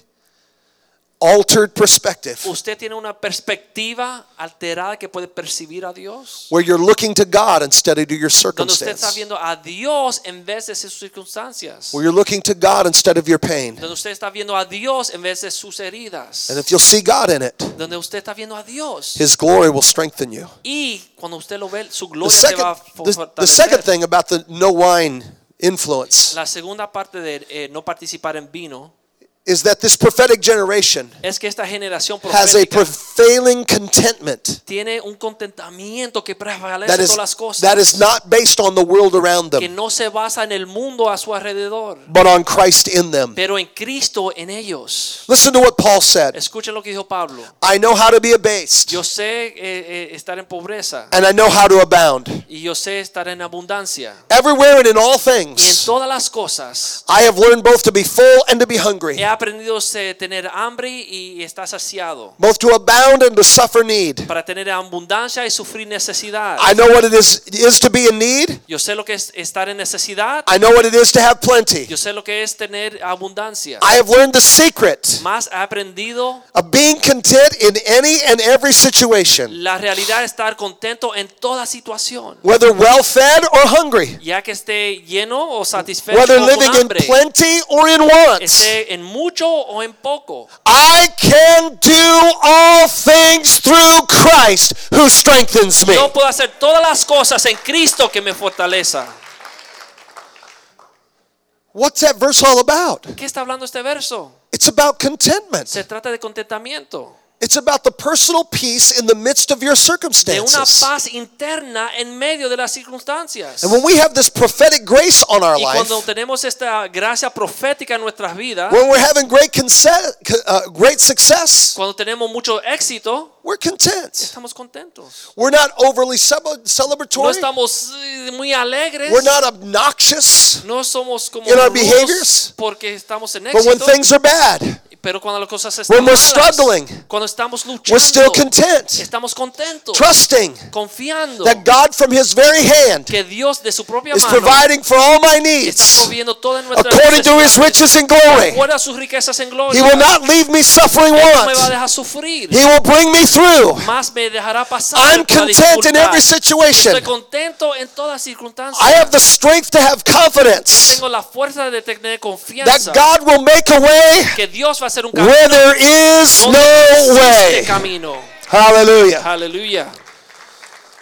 [SPEAKER 2] altered perspective
[SPEAKER 3] Usted tiene una perspectiva alterada que puede percibir a Dios.
[SPEAKER 2] where you're looking to God instead of to your
[SPEAKER 3] Donde usted está
[SPEAKER 2] circumstance,
[SPEAKER 3] viendo a Dios en vez de sus circunstancias.
[SPEAKER 2] where you're looking to God instead of your pain.
[SPEAKER 3] Donde usted está viendo a Dios en vez de sus heridas.
[SPEAKER 2] And if you'll see God in it,
[SPEAKER 3] Donde usted está viendo a Dios.
[SPEAKER 2] His glory will strengthen you.
[SPEAKER 3] Y cuando usted lo ve, su
[SPEAKER 2] The
[SPEAKER 3] gloria se
[SPEAKER 2] second,
[SPEAKER 3] va a
[SPEAKER 2] the, the second
[SPEAKER 3] fortalecer.
[SPEAKER 2] thing about the no wine influence
[SPEAKER 3] La segunda parte de eh, no participar en vino
[SPEAKER 2] is that this prophetic generation
[SPEAKER 3] es que esta generación
[SPEAKER 2] has a
[SPEAKER 3] profética
[SPEAKER 2] prevailing contentment
[SPEAKER 3] tiene un contentamiento que prevalece
[SPEAKER 2] that is,
[SPEAKER 3] todas las cosas.
[SPEAKER 2] that is not based on the world around
[SPEAKER 3] que
[SPEAKER 2] them,
[SPEAKER 3] no se basa en el mundo a su alrededor,
[SPEAKER 2] but on Christ in them.
[SPEAKER 3] pero en Cristo en ellos.
[SPEAKER 2] Listen to what Paul said
[SPEAKER 3] Escuchen lo que dijo Pablo.
[SPEAKER 2] I know how to be abased,
[SPEAKER 3] Yo sé eh, eh, estar en pobreza
[SPEAKER 2] and I know how to abound.
[SPEAKER 3] y yo sé estar en abundancia.
[SPEAKER 2] Everywhere and in all
[SPEAKER 3] Y en
[SPEAKER 2] things,
[SPEAKER 3] todas las cosas
[SPEAKER 2] I have learned both to be full and to be hungry,
[SPEAKER 3] he aprendido a tener hambre y estar saciado,
[SPEAKER 2] both to abound and to suffer need.
[SPEAKER 3] para tener abundancia y sufrir necesidad.
[SPEAKER 2] I know what it is, is to be in need,
[SPEAKER 3] Yo sé lo que es estar en necesidad,
[SPEAKER 2] I know what it is to have plenty.
[SPEAKER 3] yo sé lo que es tener abundancia.
[SPEAKER 2] I have learned the secret
[SPEAKER 3] Más he aprendido
[SPEAKER 2] of being content in any and every situation,
[SPEAKER 3] la realidad de estar contento en toda situación.
[SPEAKER 2] whether well fed or hungry,
[SPEAKER 3] ya que esté lleno o satisfecho
[SPEAKER 2] whether
[SPEAKER 3] o
[SPEAKER 2] living
[SPEAKER 3] con
[SPEAKER 2] in
[SPEAKER 3] hambre,
[SPEAKER 2] plenty or in want.
[SPEAKER 3] esté en mucho o en poco.
[SPEAKER 2] I can do all things through Christ who strengthens me.
[SPEAKER 3] Yo puedo hacer todas las cosas en Cristo que me fortaleza.
[SPEAKER 2] What's that verse all about?
[SPEAKER 3] ¿Qué está hablando este verso?
[SPEAKER 2] It's about contentment.
[SPEAKER 3] Se trata de contentamiento,
[SPEAKER 2] It's about the personal peace in the midst of your
[SPEAKER 3] de una
[SPEAKER 2] circumstances.
[SPEAKER 3] paz interna en medio de las circunstancias.
[SPEAKER 2] And when we have this prophetic grace on our
[SPEAKER 3] Y
[SPEAKER 2] life,
[SPEAKER 3] cuando tenemos esta gracia profética en nuestras vidas,
[SPEAKER 2] when we're having great, conse- uh, great success,
[SPEAKER 3] cuando tenemos mucho éxito,
[SPEAKER 2] we're content.
[SPEAKER 3] estamos contentos.
[SPEAKER 2] We're not overly cele-
[SPEAKER 3] No
[SPEAKER 2] celebratory.
[SPEAKER 3] estamos eh, muy alegres.
[SPEAKER 2] We're not obnoxious.
[SPEAKER 3] no somos como
[SPEAKER 2] in our
[SPEAKER 3] rudos
[SPEAKER 2] behaviors.
[SPEAKER 3] porque estamos en
[SPEAKER 2] But
[SPEAKER 3] éxito.
[SPEAKER 2] when things are bad,
[SPEAKER 3] Pero cuando las cosas están
[SPEAKER 2] When we're
[SPEAKER 3] malas,
[SPEAKER 2] struggling,
[SPEAKER 3] cuando estamos luchando,
[SPEAKER 2] we're still content,
[SPEAKER 3] estamos contentos,
[SPEAKER 2] trusting
[SPEAKER 3] confiando
[SPEAKER 2] that God from His very hand
[SPEAKER 3] que Dios de su propia
[SPEAKER 2] is
[SPEAKER 3] mano
[SPEAKER 2] providing for all my
[SPEAKER 3] está
[SPEAKER 2] needs
[SPEAKER 3] proviendo todas nuestras
[SPEAKER 2] according to His riches and glory.
[SPEAKER 3] fuera sus riquezas en gloria.
[SPEAKER 2] He will not leave me suffering
[SPEAKER 3] Él no me va a
[SPEAKER 2] want.
[SPEAKER 3] dejar sufrir,
[SPEAKER 2] He will bring me through.
[SPEAKER 3] más me dejará pasar.
[SPEAKER 2] I'm
[SPEAKER 3] por la
[SPEAKER 2] content in
[SPEAKER 3] dificultad.
[SPEAKER 2] every situation.
[SPEAKER 3] Estoy contento en todas
[SPEAKER 2] I
[SPEAKER 3] circunstancias.
[SPEAKER 2] have the strength to have confidence
[SPEAKER 3] Tengo la fuerza de tener
[SPEAKER 2] that
[SPEAKER 3] confianza
[SPEAKER 2] God will make a way
[SPEAKER 3] que Dios va a hacer un camino.
[SPEAKER 2] where there is
[SPEAKER 3] donde
[SPEAKER 2] no
[SPEAKER 3] existe
[SPEAKER 2] way.
[SPEAKER 3] Este camino.
[SPEAKER 2] Hallelujah.
[SPEAKER 3] Aleluya.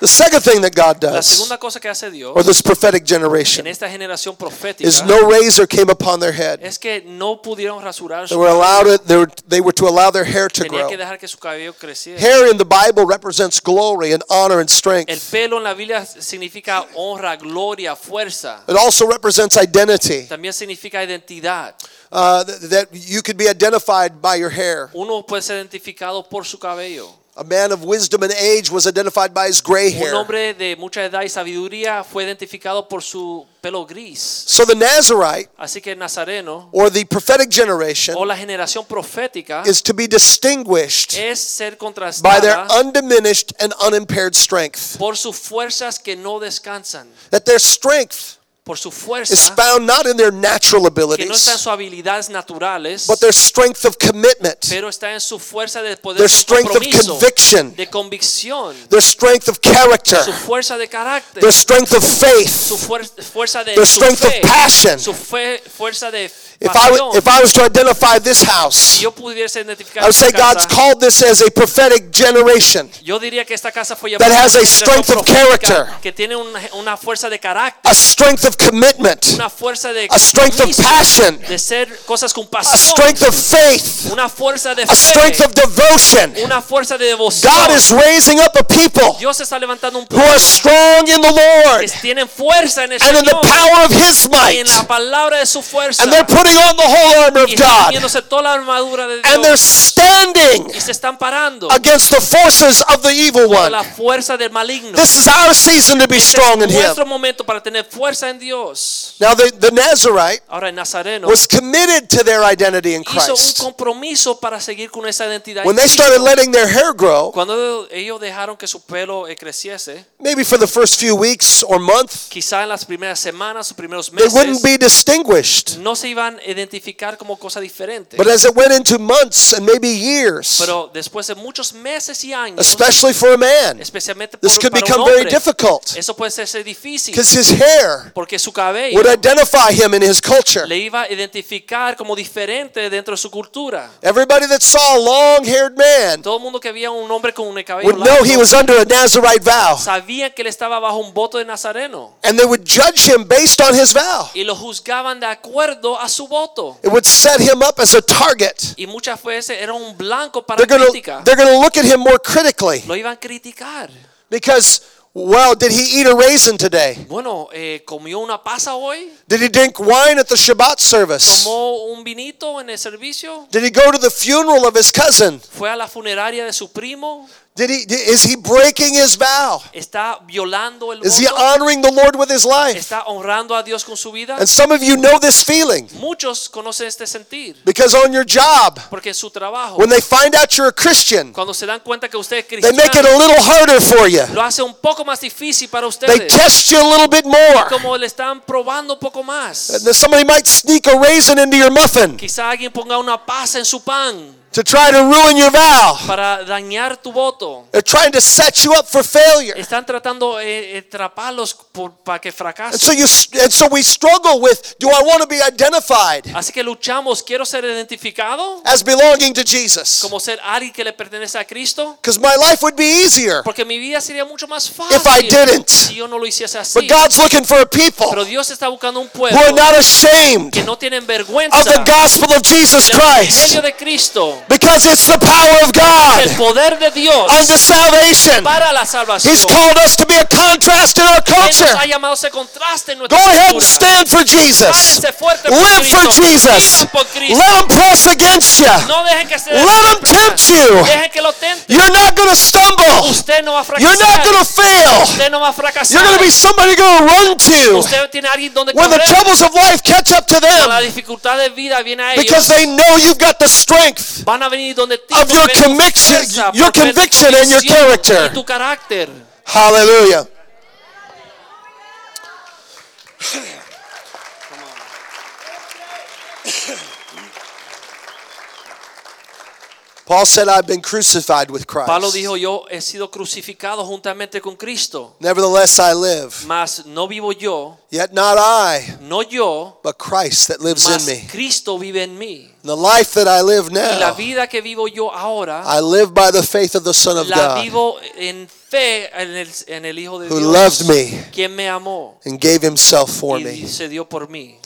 [SPEAKER 2] The second thing that God
[SPEAKER 3] La
[SPEAKER 2] does,
[SPEAKER 3] segunda cosa que hace Dios
[SPEAKER 2] or this prophetic
[SPEAKER 3] en
[SPEAKER 2] generation,
[SPEAKER 3] esta generación profética
[SPEAKER 2] is no razor came upon their head.
[SPEAKER 3] es que no pudieron rasurar
[SPEAKER 2] They
[SPEAKER 3] su
[SPEAKER 2] were allowed it. They were, they were to allow their hair to
[SPEAKER 3] Tenían
[SPEAKER 2] grow.
[SPEAKER 3] que dejar que su cabello creciera.
[SPEAKER 2] Hair in the Bible represents glory and honor and
[SPEAKER 3] El
[SPEAKER 2] strength.
[SPEAKER 3] pelo en la Biblia significa honra, gloria, fuerza.
[SPEAKER 2] It also represents identity.
[SPEAKER 3] También significa identidad.
[SPEAKER 2] Uh, th- that you could be identified by your hair.
[SPEAKER 3] Uno puede ser identificado por su cabello.
[SPEAKER 2] A man of wisdom and age was identified by his gray hair.
[SPEAKER 3] Un hombre de mucha edad y sabiduría fue identificado por su pelo gris.
[SPEAKER 2] So the Nazarite
[SPEAKER 3] Así que el nazareno
[SPEAKER 2] or the prophetic generation
[SPEAKER 3] o la generación profética
[SPEAKER 2] is to be distinguished
[SPEAKER 3] es ser
[SPEAKER 2] by their
[SPEAKER 3] contrastada
[SPEAKER 2] undiminished and unimpaired strength.
[SPEAKER 3] por sus fuerzas que no descansan,
[SPEAKER 2] That their strength
[SPEAKER 3] por su
[SPEAKER 2] is
[SPEAKER 3] fuerza
[SPEAKER 2] found not in their natural
[SPEAKER 3] que no está en
[SPEAKER 2] abilities,
[SPEAKER 3] sus habilidades naturales,
[SPEAKER 2] but their strength of commitment,
[SPEAKER 3] pero está en su fuerza de poder
[SPEAKER 2] their
[SPEAKER 3] con
[SPEAKER 2] strength of
[SPEAKER 3] compromiso,
[SPEAKER 2] conviction,
[SPEAKER 3] de convicción,
[SPEAKER 2] their strength of character,
[SPEAKER 3] su fuerza de carácter,
[SPEAKER 2] their strength of
[SPEAKER 3] su
[SPEAKER 2] faith.
[SPEAKER 3] fuer- fuerza de
[SPEAKER 2] their
[SPEAKER 3] su
[SPEAKER 2] strength of
[SPEAKER 3] fe,
[SPEAKER 2] passion.
[SPEAKER 3] su fe- fuerza de
[SPEAKER 2] If I,
[SPEAKER 3] pasión.
[SPEAKER 2] w- if I was to identify this
[SPEAKER 3] si
[SPEAKER 2] house,
[SPEAKER 3] yo pudiese identificar
[SPEAKER 2] I would
[SPEAKER 3] esta
[SPEAKER 2] say God's
[SPEAKER 3] casa,
[SPEAKER 2] called this as a prophetic generation.
[SPEAKER 3] yo diría que esta casa fue
[SPEAKER 2] that
[SPEAKER 3] llamada
[SPEAKER 2] has a
[SPEAKER 3] una generación
[SPEAKER 2] strength of
[SPEAKER 3] profética
[SPEAKER 2] character.
[SPEAKER 3] que tiene una, una fuerza de carácter,
[SPEAKER 2] a strength of commitment,
[SPEAKER 3] una fuerza de
[SPEAKER 2] a strength of
[SPEAKER 3] compromiso,
[SPEAKER 2] passion,
[SPEAKER 3] de ser cosas con
[SPEAKER 2] a
[SPEAKER 3] pasión,
[SPEAKER 2] strength of faith,
[SPEAKER 3] una fuerza de
[SPEAKER 2] a strength
[SPEAKER 3] fe,
[SPEAKER 2] of devotion.
[SPEAKER 3] una fuerza de devoción.
[SPEAKER 2] God is raising up a people
[SPEAKER 3] Dios está levantando un
[SPEAKER 2] who
[SPEAKER 3] pueblo
[SPEAKER 2] are strong in the Lord
[SPEAKER 3] que tienen fuerza en el
[SPEAKER 2] and in the
[SPEAKER 3] Señor
[SPEAKER 2] power of His
[SPEAKER 3] y en
[SPEAKER 2] might.
[SPEAKER 3] la palabra de su fuerza.
[SPEAKER 2] And they're putting on the whole armor
[SPEAKER 3] y
[SPEAKER 2] of
[SPEAKER 3] están
[SPEAKER 2] God.
[SPEAKER 3] poniéndose toda la armadura de
[SPEAKER 2] And they're
[SPEAKER 3] Dios
[SPEAKER 2] standing
[SPEAKER 3] y se están parando
[SPEAKER 2] against the forces of the evil
[SPEAKER 3] con
[SPEAKER 2] one.
[SPEAKER 3] la fuerza del maligno.
[SPEAKER 2] This is our season to be strong in
[SPEAKER 3] Este es
[SPEAKER 2] Him.
[SPEAKER 3] nuestro momento para tener fuerza en Dios.
[SPEAKER 2] Now, the, the Nazarite
[SPEAKER 3] Ahora el Nazareno
[SPEAKER 2] was committed to their identity in
[SPEAKER 3] hizo un
[SPEAKER 2] Christ.
[SPEAKER 3] compromiso para seguir con esa identidad.
[SPEAKER 2] When
[SPEAKER 3] en
[SPEAKER 2] they
[SPEAKER 3] Cristo.
[SPEAKER 2] started letting their hair grow,
[SPEAKER 3] Cuando ellos dejaron que su pelo eh, creciese,
[SPEAKER 2] maybe for the first few weeks or month,
[SPEAKER 3] quizá en las primeras semanas, sus primeros
[SPEAKER 2] they wouldn't
[SPEAKER 3] meses,
[SPEAKER 2] be distinguished.
[SPEAKER 3] no se iban a identificar como cosa diferente.
[SPEAKER 2] But as it went into months and maybe years,
[SPEAKER 3] Pero después de muchos meses y años,
[SPEAKER 2] especially for a man,
[SPEAKER 3] especialmente por,
[SPEAKER 2] this could
[SPEAKER 3] para un
[SPEAKER 2] become very
[SPEAKER 3] hombre,
[SPEAKER 2] difficult
[SPEAKER 3] eso puede ser difícil
[SPEAKER 2] because his hair
[SPEAKER 3] porque su cabello
[SPEAKER 2] would identify him in his culture.
[SPEAKER 3] le iba a identificar como diferente dentro de su cultura.
[SPEAKER 2] Everybody that saw a long haired man
[SPEAKER 3] Todo el mundo que veía un hombre con un cabello
[SPEAKER 2] would know he
[SPEAKER 3] largo
[SPEAKER 2] was under a Nazarite vow,
[SPEAKER 3] sabía que él estaba bajo un voto de Nazareno
[SPEAKER 2] and they would judge him based on his vow.
[SPEAKER 3] y lo juzgaban de acuerdo a su voto.
[SPEAKER 2] It would set him up as a target.
[SPEAKER 3] Y muchas veces era un blanco para
[SPEAKER 2] They're going to
[SPEAKER 3] crítica.
[SPEAKER 2] they're going to look at him more critically
[SPEAKER 3] Lo iban a criticar.
[SPEAKER 2] because, well, did he eat a raisin today?
[SPEAKER 3] Bueno, eh, comió una pasa hoy,
[SPEAKER 2] Did he drink wine at the Shabbat service?
[SPEAKER 3] tomó un vinito en el servicio,
[SPEAKER 2] Did he go to the funeral of his cousin?
[SPEAKER 3] fue a la funeraria de su primo,
[SPEAKER 2] Did he is he breaking his vow?
[SPEAKER 3] está violando el
[SPEAKER 2] Is he
[SPEAKER 3] voto,
[SPEAKER 2] honoring the Lord with his life?
[SPEAKER 3] está honrando a Dios con su vida.
[SPEAKER 2] And some of you know this feeling
[SPEAKER 3] Muchos conocen este sentir,
[SPEAKER 2] because on your job,
[SPEAKER 3] porque en su trabajo,
[SPEAKER 2] when they find out you're a Christian,
[SPEAKER 3] cuando se dan cuenta que usted es
[SPEAKER 2] they make it
[SPEAKER 3] cristiano,
[SPEAKER 2] a little harder for you.
[SPEAKER 3] lo hace un poco más difícil para
[SPEAKER 2] They
[SPEAKER 3] ustedes.
[SPEAKER 2] test you a little bit more.
[SPEAKER 3] como le están probando un poco más.
[SPEAKER 2] And then somebody might sneak a raisin into your muffin
[SPEAKER 3] Quizá alguien ponga una pasa en su pan
[SPEAKER 2] to try to ruin your vow.
[SPEAKER 3] para dañar tu voto.
[SPEAKER 2] They're trying to set you up for failure.
[SPEAKER 3] Están tratando de atraparlos por- para que
[SPEAKER 2] And so
[SPEAKER 3] fracasen.
[SPEAKER 2] you and so we struggle with do I want to be identified
[SPEAKER 3] Así que luchamos. Quiero ser identificado
[SPEAKER 2] as belonging to Jesus?
[SPEAKER 3] como ser alguien que le pertenece a Cristo.
[SPEAKER 2] Because my life would be easier
[SPEAKER 3] Porque mi vida sería mucho más
[SPEAKER 2] if I
[SPEAKER 3] fácil si
[SPEAKER 2] didn't.
[SPEAKER 3] yo no lo hiciese así.
[SPEAKER 2] But God's looking for a people
[SPEAKER 3] Pero Dios está buscando un
[SPEAKER 2] who
[SPEAKER 3] pueblo
[SPEAKER 2] are not ashamed
[SPEAKER 3] que
[SPEAKER 2] of
[SPEAKER 3] no tienen vergüenza
[SPEAKER 2] the
[SPEAKER 3] del
[SPEAKER 2] gospel of Jesus Christ
[SPEAKER 3] Evangelio de Cristo.
[SPEAKER 2] because it's the power of
[SPEAKER 3] El
[SPEAKER 2] God
[SPEAKER 3] poder de
[SPEAKER 2] unto
[SPEAKER 3] Dios
[SPEAKER 2] salvation.
[SPEAKER 3] para la salvación.
[SPEAKER 2] He's called us to be a contrast in our
[SPEAKER 3] Él nos
[SPEAKER 2] culture.
[SPEAKER 3] ha llamado ese contraste en
[SPEAKER 2] Go
[SPEAKER 3] nuestra
[SPEAKER 2] ahead and
[SPEAKER 3] cultura.
[SPEAKER 2] stand for Jesus.
[SPEAKER 3] Párense fuerte por
[SPEAKER 2] Live for
[SPEAKER 3] Cristo.
[SPEAKER 2] Jesus.
[SPEAKER 3] Vivan por Cristo.
[SPEAKER 2] Let him press against you.
[SPEAKER 3] No dejen que se
[SPEAKER 2] Let him
[SPEAKER 3] dejen
[SPEAKER 2] tempt you.
[SPEAKER 3] Dejen que lo tente.
[SPEAKER 2] You're not going to stumble.
[SPEAKER 3] Usted no va a
[SPEAKER 2] You're not
[SPEAKER 3] fracasar.
[SPEAKER 2] going to fail.
[SPEAKER 3] Usted no va a
[SPEAKER 2] You're
[SPEAKER 3] fracasar.
[SPEAKER 2] going to be somebody going to run to
[SPEAKER 3] Usted tiene a alguien donde
[SPEAKER 2] when the
[SPEAKER 3] correr.
[SPEAKER 2] troubles of life catch up to
[SPEAKER 3] Cuando la
[SPEAKER 2] them
[SPEAKER 3] dificultad de vida viene a ellos.
[SPEAKER 2] because they know you've got the strength.
[SPEAKER 3] van a venir donde ti
[SPEAKER 2] of
[SPEAKER 3] por
[SPEAKER 2] your
[SPEAKER 3] ver tu
[SPEAKER 2] conviction-
[SPEAKER 3] fuerza,
[SPEAKER 2] your
[SPEAKER 3] por ver tu
[SPEAKER 2] conviction and your
[SPEAKER 3] convicción
[SPEAKER 2] character.
[SPEAKER 3] Y tu carácter.
[SPEAKER 2] Hallelujah. Paul said, I've been crucified with Christ.
[SPEAKER 3] Pablo dijo, yo he sido crucificado juntamente con Cristo,
[SPEAKER 2] Nevertheless, I live.
[SPEAKER 3] mas no vivo yo,
[SPEAKER 2] Yet not I,
[SPEAKER 3] no yo,
[SPEAKER 2] but Christ that lives
[SPEAKER 3] mas
[SPEAKER 2] in me.
[SPEAKER 3] Cristo vive en mí.
[SPEAKER 2] And the life that I live
[SPEAKER 3] Y la
[SPEAKER 2] now,
[SPEAKER 3] vida que vivo yo ahora,
[SPEAKER 2] I live by the faith of the Son of
[SPEAKER 3] la
[SPEAKER 2] God
[SPEAKER 3] vivo en fe en el, en el Hijo de
[SPEAKER 2] Who
[SPEAKER 3] Dios,
[SPEAKER 2] loved me.
[SPEAKER 3] quien me amó
[SPEAKER 2] and gave himself for
[SPEAKER 3] y
[SPEAKER 2] me.
[SPEAKER 3] se dio por mí.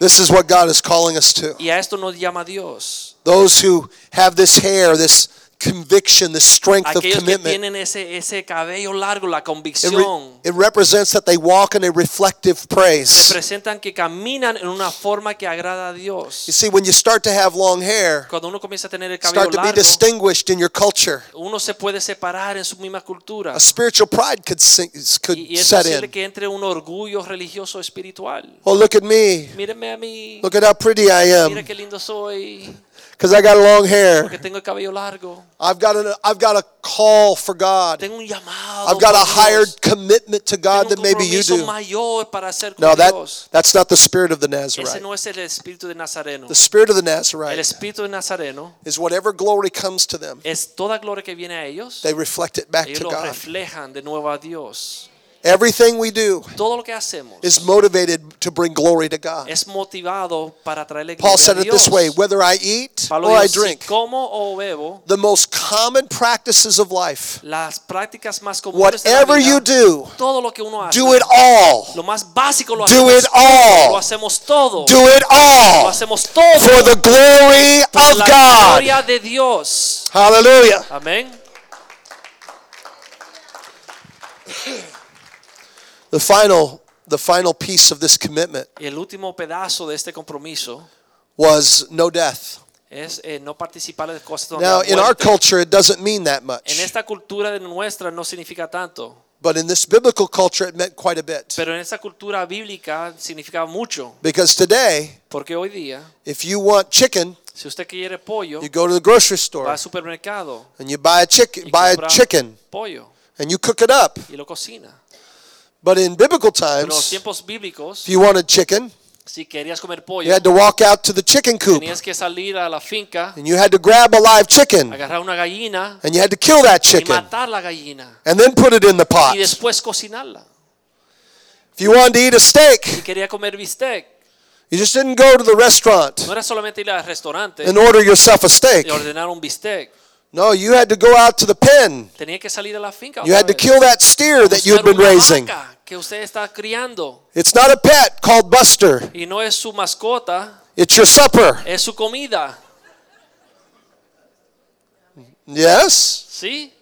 [SPEAKER 2] This is what God is calling us to.
[SPEAKER 3] Y a esto nos llama Dios.
[SPEAKER 2] Those who have this hair, this conviction, this strength of
[SPEAKER 3] Aquellos que
[SPEAKER 2] commitment,
[SPEAKER 3] tienen ese, ese cabello largo, la
[SPEAKER 2] it, re-
[SPEAKER 3] convicción,
[SPEAKER 2] it represents that they walk in a reflective praise.
[SPEAKER 3] representan que caminan en una forma que agrada a
[SPEAKER 2] You
[SPEAKER 3] Dios.
[SPEAKER 2] see, when you start to have long hair,
[SPEAKER 3] Cuando uno comienza a tener el cabello
[SPEAKER 2] start to be
[SPEAKER 3] largo,
[SPEAKER 2] distinguished in your culture.
[SPEAKER 3] uno se puede separar en su misma cultura.
[SPEAKER 2] A spiritual pride could, sink, could
[SPEAKER 3] Y, y es
[SPEAKER 2] set
[SPEAKER 3] posible
[SPEAKER 2] in.
[SPEAKER 3] que entre un orgullo religioso espiritual.
[SPEAKER 2] Oh, look at me.
[SPEAKER 3] Mírenme a mí,
[SPEAKER 2] Look at how pretty I
[SPEAKER 3] mira
[SPEAKER 2] am
[SPEAKER 3] qué lindo soy,
[SPEAKER 2] because I got long hair.
[SPEAKER 3] porque tengo el cabello largo.
[SPEAKER 2] I've got, an, I've got a call for God.
[SPEAKER 3] Tengo un llamado.
[SPEAKER 2] I've got
[SPEAKER 3] por
[SPEAKER 2] a
[SPEAKER 3] Dios.
[SPEAKER 2] higher commitment to God
[SPEAKER 3] Tengo
[SPEAKER 2] than
[SPEAKER 3] un
[SPEAKER 2] maybe you
[SPEAKER 3] compromiso
[SPEAKER 2] do.
[SPEAKER 3] mayor para hacer con
[SPEAKER 2] No, that,
[SPEAKER 3] Dios.
[SPEAKER 2] that's not the spirit of the
[SPEAKER 3] Ese
[SPEAKER 2] Nazarite.
[SPEAKER 3] no es el espíritu de Nazareno.
[SPEAKER 2] The spirit of the
[SPEAKER 3] El
[SPEAKER 2] Nazarite
[SPEAKER 3] espíritu de Nazareno
[SPEAKER 2] is whatever glory comes to them,
[SPEAKER 3] es toda gloria que viene a ellos.
[SPEAKER 2] they reflect it back
[SPEAKER 3] Ellos
[SPEAKER 2] to
[SPEAKER 3] lo
[SPEAKER 2] God.
[SPEAKER 3] reflejan de nuevo a Dios.
[SPEAKER 2] Everything we do
[SPEAKER 3] Todo lo que hacemos
[SPEAKER 2] is motivated to bring glory to God.
[SPEAKER 3] es motivado para traerle
[SPEAKER 2] Paul
[SPEAKER 3] gloria a
[SPEAKER 2] said it this
[SPEAKER 3] Dios.
[SPEAKER 2] way whether I eat
[SPEAKER 3] Pablo
[SPEAKER 2] or I
[SPEAKER 3] dijo, "Si
[SPEAKER 2] drink,
[SPEAKER 3] como o bebo,
[SPEAKER 2] the most common practices of life,
[SPEAKER 3] las prácticas más comunes de la
[SPEAKER 2] whatever
[SPEAKER 3] vida,
[SPEAKER 2] you do,
[SPEAKER 3] todo lo que uno hace,
[SPEAKER 2] do it all.
[SPEAKER 3] lo más básico lo
[SPEAKER 2] Do
[SPEAKER 3] hacemos,
[SPEAKER 2] it all.
[SPEAKER 3] lo hacemos todo,
[SPEAKER 2] Do it
[SPEAKER 3] lo
[SPEAKER 2] all
[SPEAKER 3] hacemos todo
[SPEAKER 2] for the glory
[SPEAKER 3] por
[SPEAKER 2] of
[SPEAKER 3] la
[SPEAKER 2] God.
[SPEAKER 3] gloria de Dios.
[SPEAKER 2] Hallelujah.
[SPEAKER 3] Amén.
[SPEAKER 2] The final, the final piece of this commitment
[SPEAKER 3] Y el último pedazo de este compromiso
[SPEAKER 2] was no death.
[SPEAKER 3] es eh, no participar de cosas donde
[SPEAKER 2] Now,
[SPEAKER 3] la
[SPEAKER 2] in our
[SPEAKER 3] muerte-
[SPEAKER 2] culture, it doesn't mean that
[SPEAKER 3] En
[SPEAKER 2] much.
[SPEAKER 3] esta cultura de nuestra no significa tanto,
[SPEAKER 2] But in this biblical culture, it meant quite a bit.
[SPEAKER 3] pero en esta cultura bíblica significaba mucho,
[SPEAKER 2] Because today,
[SPEAKER 3] porque hoy día,
[SPEAKER 2] if you want chicken,
[SPEAKER 3] si usted quiere pollo,
[SPEAKER 2] you go to the grocery
[SPEAKER 3] va
[SPEAKER 2] store
[SPEAKER 3] al supermercado
[SPEAKER 2] and you buy a chicken,
[SPEAKER 3] y
[SPEAKER 2] buy a
[SPEAKER 3] compra
[SPEAKER 2] chicken,
[SPEAKER 3] pollo
[SPEAKER 2] and you cook it up.
[SPEAKER 3] y lo cocina.
[SPEAKER 2] But in biblical
[SPEAKER 3] Pero en los
[SPEAKER 2] times,
[SPEAKER 3] tiempos bíblicos,
[SPEAKER 2] if you wanted chicken,
[SPEAKER 3] si querías comer
[SPEAKER 2] you
[SPEAKER 3] pollo,
[SPEAKER 2] had to walk out to the chicken coop
[SPEAKER 3] tenías que salir a la finca,
[SPEAKER 2] and you had to grab a live chicken
[SPEAKER 3] agarrar una gallina
[SPEAKER 2] and you had to kill that
[SPEAKER 3] y
[SPEAKER 2] Mm. chicken
[SPEAKER 3] matar la gallina
[SPEAKER 2] and then put it in the pot.
[SPEAKER 3] y
[SPEAKER 2] If
[SPEAKER 3] después cocinarla.
[SPEAKER 2] you wanted to eat a
[SPEAKER 3] Si
[SPEAKER 2] steak,
[SPEAKER 3] quería comer bistec,
[SPEAKER 2] you just didn't go to the restaurant
[SPEAKER 3] no era solamente ir al restaurante
[SPEAKER 2] and order yourself a steak.
[SPEAKER 3] y ordenar un bistec.
[SPEAKER 2] No, you had to go out to the pen.
[SPEAKER 3] Tenía que salir a la finca.
[SPEAKER 2] You
[SPEAKER 3] otra
[SPEAKER 2] had to
[SPEAKER 3] vez.
[SPEAKER 2] kill that steer that you had
[SPEAKER 3] buscar
[SPEAKER 2] been
[SPEAKER 3] una
[SPEAKER 2] raising.
[SPEAKER 3] vaca que usted está criando
[SPEAKER 2] It's not a pet called Buster.
[SPEAKER 3] y no es su mascota,
[SPEAKER 2] It's your supper.
[SPEAKER 3] es su comida,
[SPEAKER 2] Yes?
[SPEAKER 3] ¿sí?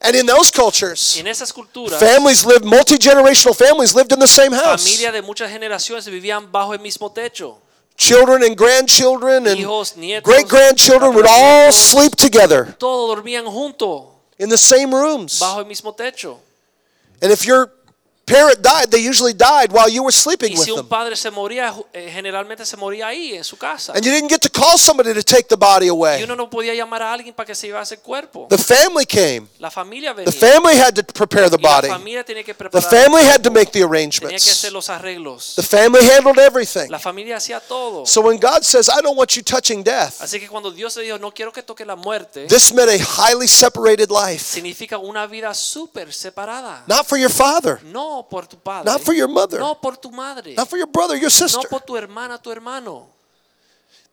[SPEAKER 2] And in those cultures,
[SPEAKER 3] En esas culturas,
[SPEAKER 2] families lived, multi generational families lived in the same house.
[SPEAKER 3] familias de muchas generaciones vivían bajo el mismo techo.
[SPEAKER 2] Children and grandchildren and
[SPEAKER 3] Hijos, nietos,
[SPEAKER 2] great grandchildren would all
[SPEAKER 3] tataranietos.
[SPEAKER 2] sleep together
[SPEAKER 3] Todos dormían juntos
[SPEAKER 2] in the same rooms.
[SPEAKER 3] bajo el mismo techo.
[SPEAKER 2] And if your parent died, they usually died while you were sleeping
[SPEAKER 3] Y
[SPEAKER 2] with
[SPEAKER 3] si
[SPEAKER 2] them.
[SPEAKER 3] un padre se moría, ju- eh, generalmente se moría ahí, en su casa.
[SPEAKER 2] And you didn't get to call somebody to take the body
[SPEAKER 3] Y
[SPEAKER 2] away.
[SPEAKER 3] uno no podía llamar a alguien para que se llevase el cuerpo.
[SPEAKER 2] The family came.
[SPEAKER 3] La familia venía.
[SPEAKER 2] The family had to prepare the
[SPEAKER 3] y la
[SPEAKER 2] body.
[SPEAKER 3] familia tenía que
[SPEAKER 2] The
[SPEAKER 3] preparar.
[SPEAKER 2] family had to make the
[SPEAKER 3] tenía que
[SPEAKER 2] arrangements.
[SPEAKER 3] hacer los arreglos.
[SPEAKER 2] The family handled everything.
[SPEAKER 3] La familia hacía todo.
[SPEAKER 2] So when God says, I don't want you touching death,
[SPEAKER 3] Así que cuando Dios le dijo, no quiero que toque la muerte,
[SPEAKER 2] this meant a highly separated life.
[SPEAKER 3] significa una vida súper separada.
[SPEAKER 2] Not for your father,
[SPEAKER 3] No por tu padre.
[SPEAKER 2] Not for your mother.
[SPEAKER 3] ¿eh? No por tu madre.
[SPEAKER 2] not for your brother, your
[SPEAKER 3] No
[SPEAKER 2] sister.
[SPEAKER 3] por tu hermana, tu hermano.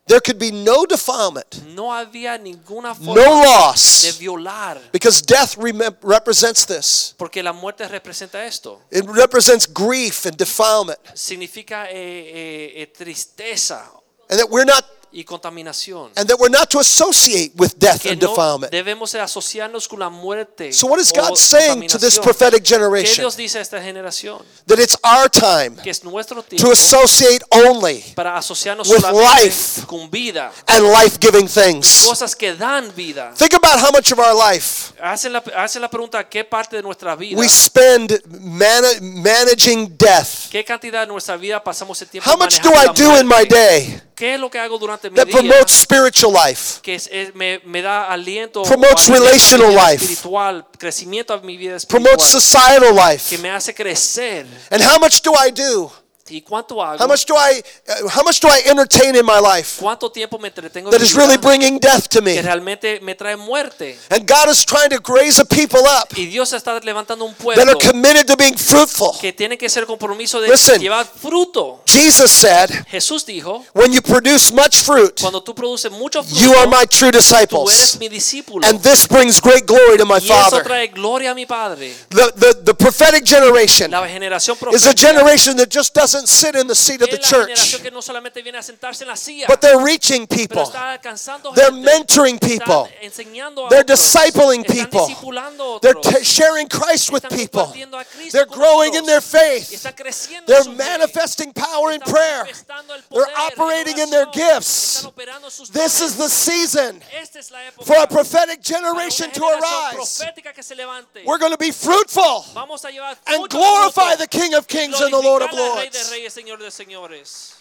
[SPEAKER 2] There could be no defilement,
[SPEAKER 3] No había ninguna
[SPEAKER 2] no
[SPEAKER 3] forma de
[SPEAKER 2] loss,
[SPEAKER 3] violar.
[SPEAKER 2] because death remem- represents this.
[SPEAKER 3] Porque la muerte representa esto.
[SPEAKER 2] It represents grief and defilement,
[SPEAKER 3] Significa eh, eh, eh, tristeza
[SPEAKER 2] and that we're not
[SPEAKER 3] y contaminación.
[SPEAKER 2] and that we're not to associate with death
[SPEAKER 3] Que
[SPEAKER 2] and
[SPEAKER 3] no
[SPEAKER 2] defilement.
[SPEAKER 3] debemos asociarnos con la muerte.
[SPEAKER 2] So what is
[SPEAKER 3] o
[SPEAKER 2] God saying to this
[SPEAKER 3] contaminación.
[SPEAKER 2] prophetic
[SPEAKER 3] ¿Qué
[SPEAKER 2] generation?
[SPEAKER 3] Dios dice a esta generación?
[SPEAKER 2] That it's our time
[SPEAKER 3] Que es nuestro
[SPEAKER 2] to
[SPEAKER 3] tiempo
[SPEAKER 2] associate only
[SPEAKER 3] para asociarnos
[SPEAKER 2] with
[SPEAKER 3] solamente
[SPEAKER 2] life.
[SPEAKER 3] con vida.
[SPEAKER 2] and life-giving things.
[SPEAKER 3] Cosas que dan vida.
[SPEAKER 2] Think about how much of our life
[SPEAKER 3] Hacen la, hacen la pregunta, ¿qué parte de nuestra vida?
[SPEAKER 2] we spend mana- managing death.
[SPEAKER 3] ¿Qué cantidad de nuestra vida pasamos el tiempo
[SPEAKER 2] How much do
[SPEAKER 3] manejando
[SPEAKER 2] I
[SPEAKER 3] la
[SPEAKER 2] do in my
[SPEAKER 3] muerte?
[SPEAKER 2] day
[SPEAKER 3] ¿Qué es lo que hago durante mi
[SPEAKER 2] that
[SPEAKER 3] día?
[SPEAKER 2] promotes spiritual life?
[SPEAKER 3] que es- es- me, me da aliento
[SPEAKER 2] Promotes
[SPEAKER 3] para mi vida
[SPEAKER 2] relational life.
[SPEAKER 3] espiritual, crecimiento a mi vida espiritual,
[SPEAKER 2] Promotes societal
[SPEAKER 3] que
[SPEAKER 2] life?
[SPEAKER 3] me hace crecer.
[SPEAKER 2] And how much do I do
[SPEAKER 3] ¿Y cuánto hago?
[SPEAKER 2] How much do I uh, how much do I entertain in my life
[SPEAKER 3] ¿Cuánto tiempo me entretengo en
[SPEAKER 2] that
[SPEAKER 3] mi
[SPEAKER 2] is
[SPEAKER 3] vida
[SPEAKER 2] really bringing death to me?
[SPEAKER 3] que realmente me trae muerte?
[SPEAKER 2] And God is trying to raise a people up
[SPEAKER 3] Y Dios está levantando un
[SPEAKER 2] that
[SPEAKER 3] pueblo
[SPEAKER 2] are committed to being fruitful.
[SPEAKER 3] que tiene que ser compromiso de
[SPEAKER 2] Listen.
[SPEAKER 3] llevar fruto.
[SPEAKER 2] Jesus said,
[SPEAKER 3] Jesús dijo,
[SPEAKER 2] "When you produce much fruit,
[SPEAKER 3] cuando tú produces mucho fruto,
[SPEAKER 2] you are my true
[SPEAKER 3] tú eres
[SPEAKER 2] disciples."
[SPEAKER 3] mi discípulo.
[SPEAKER 2] And this brings great glory to my
[SPEAKER 3] y eso
[SPEAKER 2] Father.
[SPEAKER 3] trae gloria a mi Padre.
[SPEAKER 2] The, the, the prophetic generation
[SPEAKER 3] La generación
[SPEAKER 2] is a
[SPEAKER 3] profética
[SPEAKER 2] generation that just doesn't sit in the seat of the
[SPEAKER 3] es la generación
[SPEAKER 2] church,
[SPEAKER 3] que no solamente viene a sentarse en la silla,
[SPEAKER 2] but they're reaching
[SPEAKER 3] pero
[SPEAKER 2] people.
[SPEAKER 3] está alcanzando
[SPEAKER 2] They're
[SPEAKER 3] gente,
[SPEAKER 2] mentoring
[SPEAKER 3] están
[SPEAKER 2] people.
[SPEAKER 3] enseñando a
[SPEAKER 2] They're
[SPEAKER 3] otros,
[SPEAKER 2] discipling
[SPEAKER 3] están
[SPEAKER 2] people.
[SPEAKER 3] discipulando a
[SPEAKER 2] They're
[SPEAKER 3] otros,
[SPEAKER 2] t- sharing Christ with
[SPEAKER 3] están
[SPEAKER 2] people.
[SPEAKER 3] compartiendo a Cristo
[SPEAKER 2] They're
[SPEAKER 3] con
[SPEAKER 2] growing
[SPEAKER 3] otros,
[SPEAKER 2] in their
[SPEAKER 3] y
[SPEAKER 2] faith.
[SPEAKER 3] están creciendo en
[SPEAKER 2] They're
[SPEAKER 3] su fe,
[SPEAKER 2] manifesting power in
[SPEAKER 3] están
[SPEAKER 2] prayer.
[SPEAKER 3] manifestando el
[SPEAKER 2] They're
[SPEAKER 3] poder en
[SPEAKER 2] operating in
[SPEAKER 3] oración,
[SPEAKER 2] their gifts.
[SPEAKER 3] están operando en sus
[SPEAKER 2] This
[SPEAKER 3] dones.
[SPEAKER 2] is the season
[SPEAKER 3] Esta es la época
[SPEAKER 2] for a prophetic
[SPEAKER 3] para una
[SPEAKER 2] generation to
[SPEAKER 3] generación
[SPEAKER 2] arise.
[SPEAKER 3] profética que se levante.
[SPEAKER 2] We're going to be fruitful
[SPEAKER 3] Vamos a llevar
[SPEAKER 2] and
[SPEAKER 3] mucho
[SPEAKER 2] glorify
[SPEAKER 3] fruto
[SPEAKER 2] the King of
[SPEAKER 3] y
[SPEAKER 2] Kings and the oh, Lord of
[SPEAKER 3] glorificar al Rey de
[SPEAKER 2] Lords.
[SPEAKER 3] Reyes, Señor de Señores.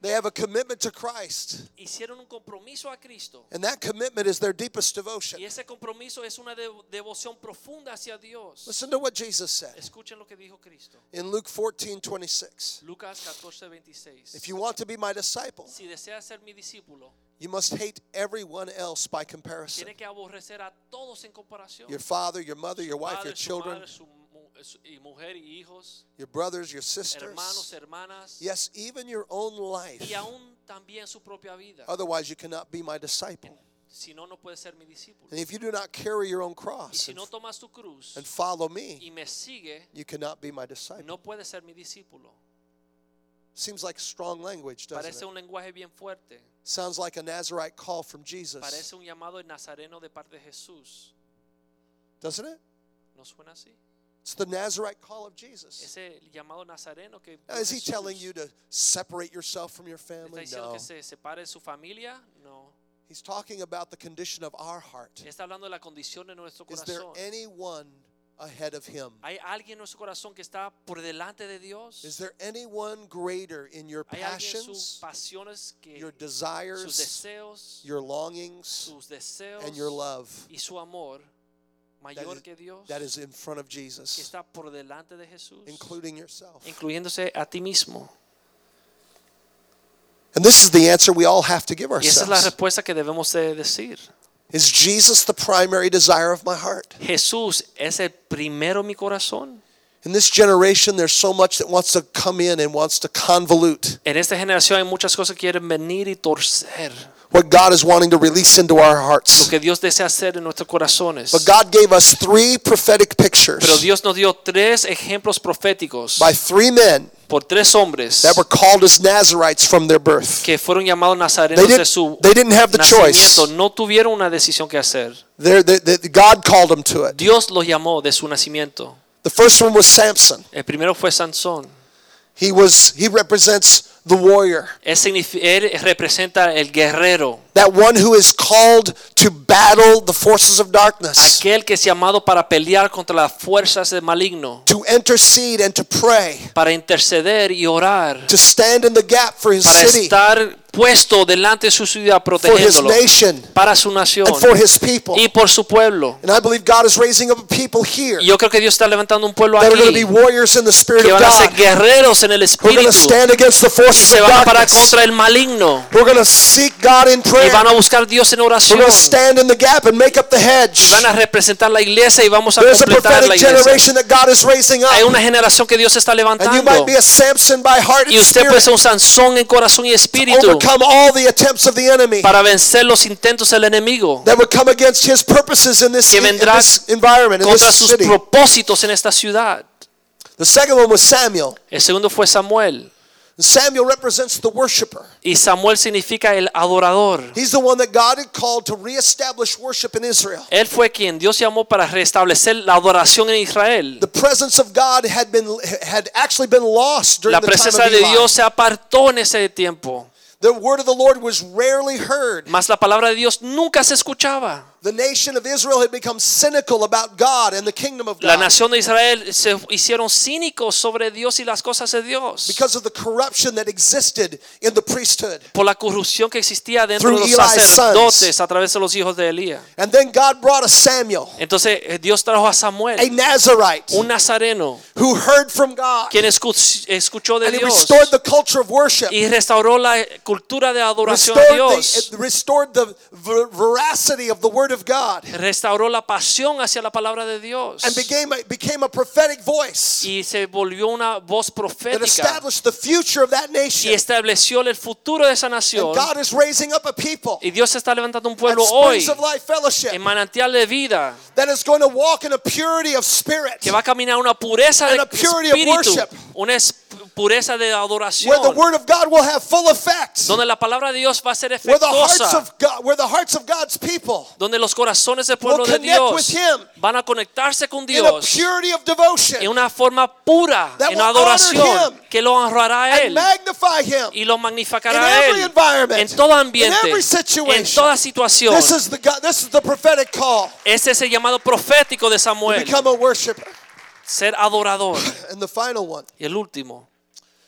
[SPEAKER 2] They have a commitment to Christ,
[SPEAKER 3] Hicieron un compromiso a Cristo.
[SPEAKER 2] and that commitment is their deepest devotion.
[SPEAKER 3] Y ese compromiso es una de- devoción profunda hacia Dios.
[SPEAKER 2] Listen to what Jesus said
[SPEAKER 3] Escuchen lo que dijo Cristo.
[SPEAKER 2] in Luke 14 26.
[SPEAKER 3] Lucas 14, 26.
[SPEAKER 2] If you want to be my disciple,
[SPEAKER 3] si deseas ser mi discípulo,
[SPEAKER 2] you must hate everyone else by comparison
[SPEAKER 3] tiene que aborrecer a todos en comparación.
[SPEAKER 2] your father, your mother, your
[SPEAKER 3] Su
[SPEAKER 2] wife, your
[SPEAKER 3] padre, su
[SPEAKER 2] children,
[SPEAKER 3] madre, su mu- su- y mujer y hijos,
[SPEAKER 2] your brothers, your sisters.
[SPEAKER 3] hermanos, hermanas,
[SPEAKER 2] Yes, even your own life.
[SPEAKER 3] y aún también su propia vida.
[SPEAKER 2] Otherwise, you cannot be my disciple.
[SPEAKER 3] Si no, no puedes ser mi discípulo.
[SPEAKER 2] And if you do not carry your own
[SPEAKER 3] Y
[SPEAKER 2] cross
[SPEAKER 3] si
[SPEAKER 2] and,
[SPEAKER 3] no tomas tu cruz
[SPEAKER 2] and follow me,
[SPEAKER 3] y me sigue,
[SPEAKER 2] you cannot be my disciple.
[SPEAKER 3] no puedes ser mi discípulo.
[SPEAKER 2] Seems like strong language,
[SPEAKER 3] Parece
[SPEAKER 2] doesn't it?
[SPEAKER 3] un lenguaje bien fuerte.
[SPEAKER 2] Sounds like a Nazarite call from Jesus,
[SPEAKER 3] Parece un llamado de nazareno de parte de Jesús.
[SPEAKER 2] doesn't it?
[SPEAKER 3] ¿No suena así?
[SPEAKER 2] It's the Nazarite call of Jesus.
[SPEAKER 3] Ese llamado nazareno que
[SPEAKER 2] Now,
[SPEAKER 3] dio
[SPEAKER 2] is he
[SPEAKER 3] Jesús.
[SPEAKER 2] telling you to separate yourself from your
[SPEAKER 3] está
[SPEAKER 2] family?
[SPEAKER 3] diciendo
[SPEAKER 2] No.
[SPEAKER 3] que se separe de su familia? No.
[SPEAKER 2] He's talking about the condition of our heart.
[SPEAKER 3] Está hablando de la condición de nuestro
[SPEAKER 2] Is there
[SPEAKER 3] corazón.
[SPEAKER 2] anyone ahead of him?
[SPEAKER 3] ¿Hay alguien en nuestro corazón que está por delante de
[SPEAKER 2] Is
[SPEAKER 3] Dios?
[SPEAKER 2] there anyone greater in your
[SPEAKER 3] ¿Hay alguien en sus
[SPEAKER 2] passions,
[SPEAKER 3] pasiones que
[SPEAKER 2] your
[SPEAKER 3] sus
[SPEAKER 2] desires,
[SPEAKER 3] deseos,
[SPEAKER 2] your longings,
[SPEAKER 3] sus deseos
[SPEAKER 2] and your love
[SPEAKER 3] y su amor
[SPEAKER 2] that
[SPEAKER 3] mayor
[SPEAKER 2] is,
[SPEAKER 3] que Dios
[SPEAKER 2] that is in front of
[SPEAKER 3] que
[SPEAKER 2] Jesus,
[SPEAKER 3] está por delante de Jesús,
[SPEAKER 2] including yourself?
[SPEAKER 3] incluyéndose a ti mismo?
[SPEAKER 2] And this is the answer we all have to give
[SPEAKER 3] Y esa es la
[SPEAKER 2] ourselves.
[SPEAKER 3] respuesta que debemos de decir.
[SPEAKER 2] Is Jesus the primary desire of my heart?
[SPEAKER 3] Jesús es el primero en mi corazón.
[SPEAKER 2] In this generation, there's so much that wants to come in and wants to convolute
[SPEAKER 3] En esta generación hay muchas cosas que quieren venir y torcer
[SPEAKER 2] what God is wanting to release into our
[SPEAKER 3] lo
[SPEAKER 2] hearts.
[SPEAKER 3] que Dios desea hacer en nuestros corazones.
[SPEAKER 2] But God gave us three prophetic
[SPEAKER 3] Pero
[SPEAKER 2] pictures
[SPEAKER 3] Dios nos dio tres ejemplos proféticos
[SPEAKER 2] by three men
[SPEAKER 3] por tres hombres
[SPEAKER 2] that were called as Nazarites from their birth.
[SPEAKER 3] que fueron llamados
[SPEAKER 2] They
[SPEAKER 3] nazarenos de su
[SPEAKER 2] didn't, they didn't have the choice.
[SPEAKER 3] nacimiento. No tuvieron una decisión que hacer.
[SPEAKER 2] They're- they- they- God called them to it.
[SPEAKER 3] Dios los llamó de su nacimiento.
[SPEAKER 2] The first one was Samson.
[SPEAKER 3] El primero fue Sansón.
[SPEAKER 2] He was he represents the warrior,
[SPEAKER 3] Él, signifi- él representa el guerrero,
[SPEAKER 2] that one who is called to battle the forces of darkness,
[SPEAKER 3] aquel que es llamado para pelear contra las fuerzas del maligno,
[SPEAKER 2] to intercede and to pray,
[SPEAKER 3] para interceder y orar.
[SPEAKER 2] to stand in the gap for his
[SPEAKER 3] para
[SPEAKER 2] city,
[SPEAKER 3] estar puesto delante de su ciudad
[SPEAKER 2] for his
[SPEAKER 3] protegiéndolo
[SPEAKER 2] nation,
[SPEAKER 3] para su nación
[SPEAKER 2] and for his people.
[SPEAKER 3] y por su pueblo.
[SPEAKER 2] And I believe God is raising up a people here
[SPEAKER 3] Y yo creo que Dios está levantando un pueblo
[SPEAKER 2] that are going to be
[SPEAKER 3] aquí
[SPEAKER 2] warriors in the spirit
[SPEAKER 3] que
[SPEAKER 2] of
[SPEAKER 3] van a ser
[SPEAKER 2] God,
[SPEAKER 3] guerreros en el
[SPEAKER 2] who are going to
[SPEAKER 3] espíritu,
[SPEAKER 2] stand against the forces
[SPEAKER 3] se
[SPEAKER 2] of
[SPEAKER 3] van a parar
[SPEAKER 2] darkness,
[SPEAKER 3] contra el maligno
[SPEAKER 2] who are going to seek God in
[SPEAKER 3] y
[SPEAKER 2] prayer,
[SPEAKER 3] van a buscar a Dios en
[SPEAKER 2] who are
[SPEAKER 3] oración.
[SPEAKER 2] going to stand in the gap and make up the hedge.
[SPEAKER 3] Van a representar la iglesia y vamos a
[SPEAKER 2] There's a
[SPEAKER 3] completar la
[SPEAKER 2] prophetic
[SPEAKER 3] iglesia.
[SPEAKER 2] generation that God is raising
[SPEAKER 3] Hay
[SPEAKER 2] up.
[SPEAKER 3] una generación que Dios está
[SPEAKER 2] And you
[SPEAKER 3] levantando
[SPEAKER 2] might be a Samson by heart and
[SPEAKER 3] y usted puede
[SPEAKER 2] spirit
[SPEAKER 3] ser un Sansón en corazón y espíritu
[SPEAKER 2] overcome all the attempts of the enemy
[SPEAKER 3] para vencer los intentos del enemigo
[SPEAKER 2] that would come against his purposes in this,
[SPEAKER 3] Que
[SPEAKER 2] in
[SPEAKER 3] vendrá
[SPEAKER 2] this environment, in this
[SPEAKER 3] contra sus
[SPEAKER 2] city.
[SPEAKER 3] propósitos en esta ciudad.
[SPEAKER 2] The second one was Samuel.
[SPEAKER 3] El segundo fue Samuel.
[SPEAKER 2] And Samuel represents the worshiper.
[SPEAKER 3] Y Samuel significa el adorador.
[SPEAKER 2] He's the one that God had called to reestablish worship in Israel.
[SPEAKER 3] Él fue quien Dios llamó para restablecer la adoración en Israel.
[SPEAKER 2] The presence of God had been had actually been lost during
[SPEAKER 3] La
[SPEAKER 2] the time
[SPEAKER 3] presencia
[SPEAKER 2] of
[SPEAKER 3] de
[SPEAKER 2] Eli.
[SPEAKER 3] Dios se apartó en ese tiempo,
[SPEAKER 2] The word of the Lord was rarely heard.
[SPEAKER 3] mas la palabra de Dios nunca se escuchaba.
[SPEAKER 2] The nation of Israel had become cynical about God and the kingdom of
[SPEAKER 3] La
[SPEAKER 2] God
[SPEAKER 3] nación de Israel se hicieron cínicos sobre Dios y las cosas de Dios.
[SPEAKER 2] because of the corruption that existed in the priesthood.
[SPEAKER 3] por la corrupción que existía dentro
[SPEAKER 2] Through
[SPEAKER 3] de los
[SPEAKER 2] Eli's sons.
[SPEAKER 3] sacerdotes a través de los hijos de Elías.
[SPEAKER 2] And then God brought a Samuel,
[SPEAKER 3] Entonces eh, Dios trajo a
[SPEAKER 2] a
[SPEAKER 3] Samuel,
[SPEAKER 2] Nazarite,
[SPEAKER 3] un nazareno,
[SPEAKER 2] who heard from God
[SPEAKER 3] quien escu- escuchó de
[SPEAKER 2] and he
[SPEAKER 3] Dios
[SPEAKER 2] restored the culture of worship.
[SPEAKER 3] y restauró la eh, cultura de adoración
[SPEAKER 2] Restored
[SPEAKER 3] a Dios.
[SPEAKER 2] the, restored the ver- veracity of the word of God
[SPEAKER 3] Restauró la pasión hacia la palabra de Dios
[SPEAKER 2] and became a, became a prophetic voice
[SPEAKER 3] y se volvió una voz
[SPEAKER 2] that
[SPEAKER 3] profética
[SPEAKER 2] established the future of that
[SPEAKER 3] y
[SPEAKER 2] nation.
[SPEAKER 3] estableció el futuro de esa nación.
[SPEAKER 2] And God is raising up a people
[SPEAKER 3] Y Dios está levantando un
[SPEAKER 2] at
[SPEAKER 3] pueblo hoy
[SPEAKER 2] Springs of Life Fellowship
[SPEAKER 3] en manantial de vida
[SPEAKER 2] that is going to walk in a purity of spirit
[SPEAKER 3] que va a caminar una pureza de
[SPEAKER 2] And a purity of
[SPEAKER 3] espíritu,
[SPEAKER 2] worship.
[SPEAKER 3] una es- pureza de
[SPEAKER 2] where the
[SPEAKER 3] adoración,
[SPEAKER 2] word of God will have full effect.
[SPEAKER 3] donde la palabra de Dios va a ser
[SPEAKER 2] Where the hearts
[SPEAKER 3] efectuosa,
[SPEAKER 2] of God, where the hearts of God's people
[SPEAKER 3] donde los corazones del pueblo de
[SPEAKER 2] connect with
[SPEAKER 3] Dios
[SPEAKER 2] Him
[SPEAKER 3] van a conectarse con
[SPEAKER 2] in a
[SPEAKER 3] Dios
[SPEAKER 2] purity of devotion
[SPEAKER 3] en una forma pura,
[SPEAKER 2] that
[SPEAKER 3] en
[SPEAKER 2] will honor
[SPEAKER 3] adoración,
[SPEAKER 2] Him
[SPEAKER 3] que lo honrará a
[SPEAKER 2] and
[SPEAKER 3] Él
[SPEAKER 2] magnify Him.
[SPEAKER 3] y lo magnificará
[SPEAKER 2] in
[SPEAKER 3] a
[SPEAKER 2] every
[SPEAKER 3] Él
[SPEAKER 2] environment,
[SPEAKER 3] en todo ambiente,
[SPEAKER 2] in every situation.
[SPEAKER 3] en toda situación.
[SPEAKER 2] This is the God, this is the prophetic call
[SPEAKER 3] Este es el llamado profético de
[SPEAKER 2] to
[SPEAKER 3] Samuel,
[SPEAKER 2] become a worshiper.
[SPEAKER 3] ser adorador.
[SPEAKER 2] And the final one
[SPEAKER 3] Y el último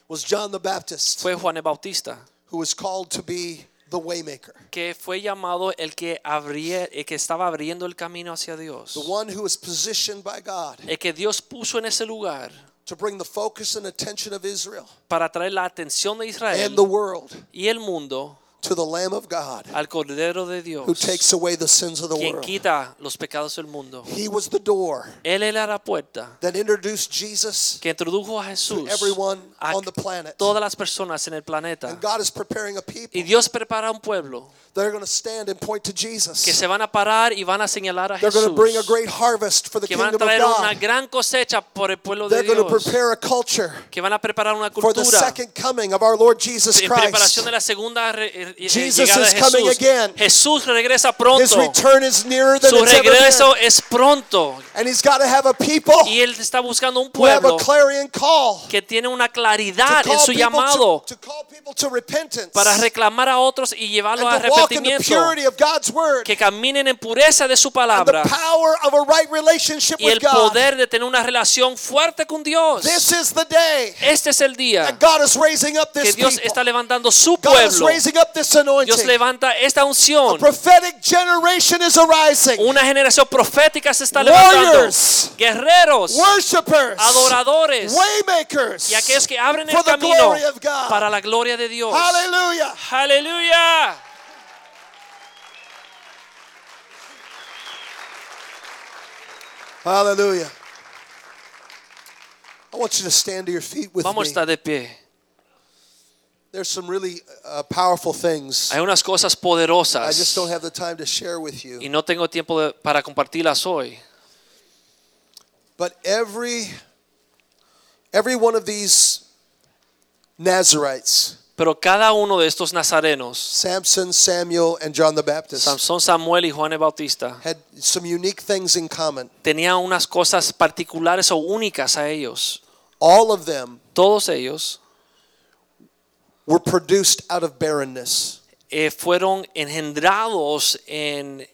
[SPEAKER 2] was John the Baptist,
[SPEAKER 3] fue Juan el Bautista.
[SPEAKER 2] who was called to be the waymaker,
[SPEAKER 3] que fue llamado el que abría, el que estaba abriendo el camino hacia Dios.
[SPEAKER 2] the one who was positioned by God
[SPEAKER 3] El que Dios puso en ese lugar
[SPEAKER 2] to bring the focus and attention of Israel
[SPEAKER 3] para traer la atención de Israel
[SPEAKER 2] and the world
[SPEAKER 3] y el mundo
[SPEAKER 2] to the Lamb of God,
[SPEAKER 3] al Cordero de Dios,
[SPEAKER 2] who takes away the sins of the
[SPEAKER 3] quien
[SPEAKER 2] world.
[SPEAKER 3] quita los pecados del mundo.
[SPEAKER 2] He was the door
[SPEAKER 3] Él era la puerta
[SPEAKER 2] that introduced Jesus
[SPEAKER 3] que introdujo a
[SPEAKER 2] to
[SPEAKER 3] Jesús
[SPEAKER 2] everyone
[SPEAKER 3] a
[SPEAKER 2] on the planet.
[SPEAKER 3] todas las personas en el planeta.
[SPEAKER 2] And God is preparing a
[SPEAKER 3] Y
[SPEAKER 2] people
[SPEAKER 3] Dios prepara un pueblo
[SPEAKER 2] that are going to stand and point to
[SPEAKER 3] que
[SPEAKER 2] Jesus.
[SPEAKER 3] se van a parar y van a señalar a
[SPEAKER 2] They're going to bring a
[SPEAKER 3] Jesús,
[SPEAKER 2] great harvest for the
[SPEAKER 3] que van
[SPEAKER 2] kingdom
[SPEAKER 3] a
[SPEAKER 2] of
[SPEAKER 3] traer una
[SPEAKER 2] God.
[SPEAKER 3] gran cosecha por el pueblo de
[SPEAKER 2] They're going to
[SPEAKER 3] Dios,
[SPEAKER 2] prepare a culture
[SPEAKER 3] que van a preparar una
[SPEAKER 2] for the
[SPEAKER 3] cultura
[SPEAKER 2] second coming of our Lord Jesus
[SPEAKER 3] en preparación
[SPEAKER 2] Christ.
[SPEAKER 3] de la segunda re- eh, eh,
[SPEAKER 2] Jesus
[SPEAKER 3] llegada de
[SPEAKER 2] is coming
[SPEAKER 3] Jesús.
[SPEAKER 2] again.
[SPEAKER 3] Jesús regresa
[SPEAKER 2] His
[SPEAKER 3] pronto.
[SPEAKER 2] return is nearer than
[SPEAKER 3] Su
[SPEAKER 2] it's ever
[SPEAKER 3] regreso
[SPEAKER 2] been.
[SPEAKER 3] es pronto
[SPEAKER 2] And he's got to have a people
[SPEAKER 3] y él está buscando un
[SPEAKER 2] who have a
[SPEAKER 3] pueblo
[SPEAKER 2] clarion call
[SPEAKER 3] que tiene una
[SPEAKER 2] to
[SPEAKER 3] claridad en
[SPEAKER 2] call,
[SPEAKER 3] su
[SPEAKER 2] people
[SPEAKER 3] llamado
[SPEAKER 2] to, to call people to repentance
[SPEAKER 3] para reclamar a otros y llevarlos al
[SPEAKER 2] and to walk in the
[SPEAKER 3] arrepentimiento,
[SPEAKER 2] purity of God's word
[SPEAKER 3] que caminen en pureza de su
[SPEAKER 2] and the
[SPEAKER 3] palabra
[SPEAKER 2] power of a right relationship
[SPEAKER 3] y el
[SPEAKER 2] with God.
[SPEAKER 3] poder de tener una relación fuerte con Dios.
[SPEAKER 2] This is the day
[SPEAKER 3] Este es el día
[SPEAKER 2] that God is raising up
[SPEAKER 3] que
[SPEAKER 2] this
[SPEAKER 3] Dios
[SPEAKER 2] people.
[SPEAKER 3] está levantando su
[SPEAKER 2] God is
[SPEAKER 3] pueblo.
[SPEAKER 2] raising up this anointing.
[SPEAKER 3] Dios levanta esta unción.
[SPEAKER 2] Prophetic generation is arising.
[SPEAKER 3] Una generación profética se está levantando.
[SPEAKER 2] Warriors.
[SPEAKER 3] Guerreros.
[SPEAKER 2] Worshipers.
[SPEAKER 3] adoradores
[SPEAKER 2] Waymakers.
[SPEAKER 3] y aquellos que abren
[SPEAKER 2] For
[SPEAKER 3] el
[SPEAKER 2] the
[SPEAKER 3] camino
[SPEAKER 2] glory of God.
[SPEAKER 3] para la gloria de Dios.
[SPEAKER 2] Hallelujah.
[SPEAKER 3] Aleluya.
[SPEAKER 2] Hallelujah. I want you to stand to your feet with
[SPEAKER 3] Vamos a
[SPEAKER 2] me.
[SPEAKER 3] estar de pie.
[SPEAKER 2] There's some really uh, powerful things.
[SPEAKER 3] Hay unas cosas
[SPEAKER 2] I just
[SPEAKER 3] poderosas
[SPEAKER 2] don't have the time to share with
[SPEAKER 3] y
[SPEAKER 2] you.
[SPEAKER 3] no tengo tiempo de- para compartirlas hoy.
[SPEAKER 2] But every every one of these Nazarites,
[SPEAKER 3] Pero cada uno de estos nazarenos,
[SPEAKER 2] Samson, Samuel, and John the Baptist,
[SPEAKER 3] Samson, Samuel y Juan el Bautista,
[SPEAKER 2] had some unique things in common.
[SPEAKER 3] tenían unas cosas particulares o únicas a ellos.
[SPEAKER 2] All of them
[SPEAKER 3] Todos ellos
[SPEAKER 2] were produced out of barrenness.
[SPEAKER 3] eh, fueron engendrados en,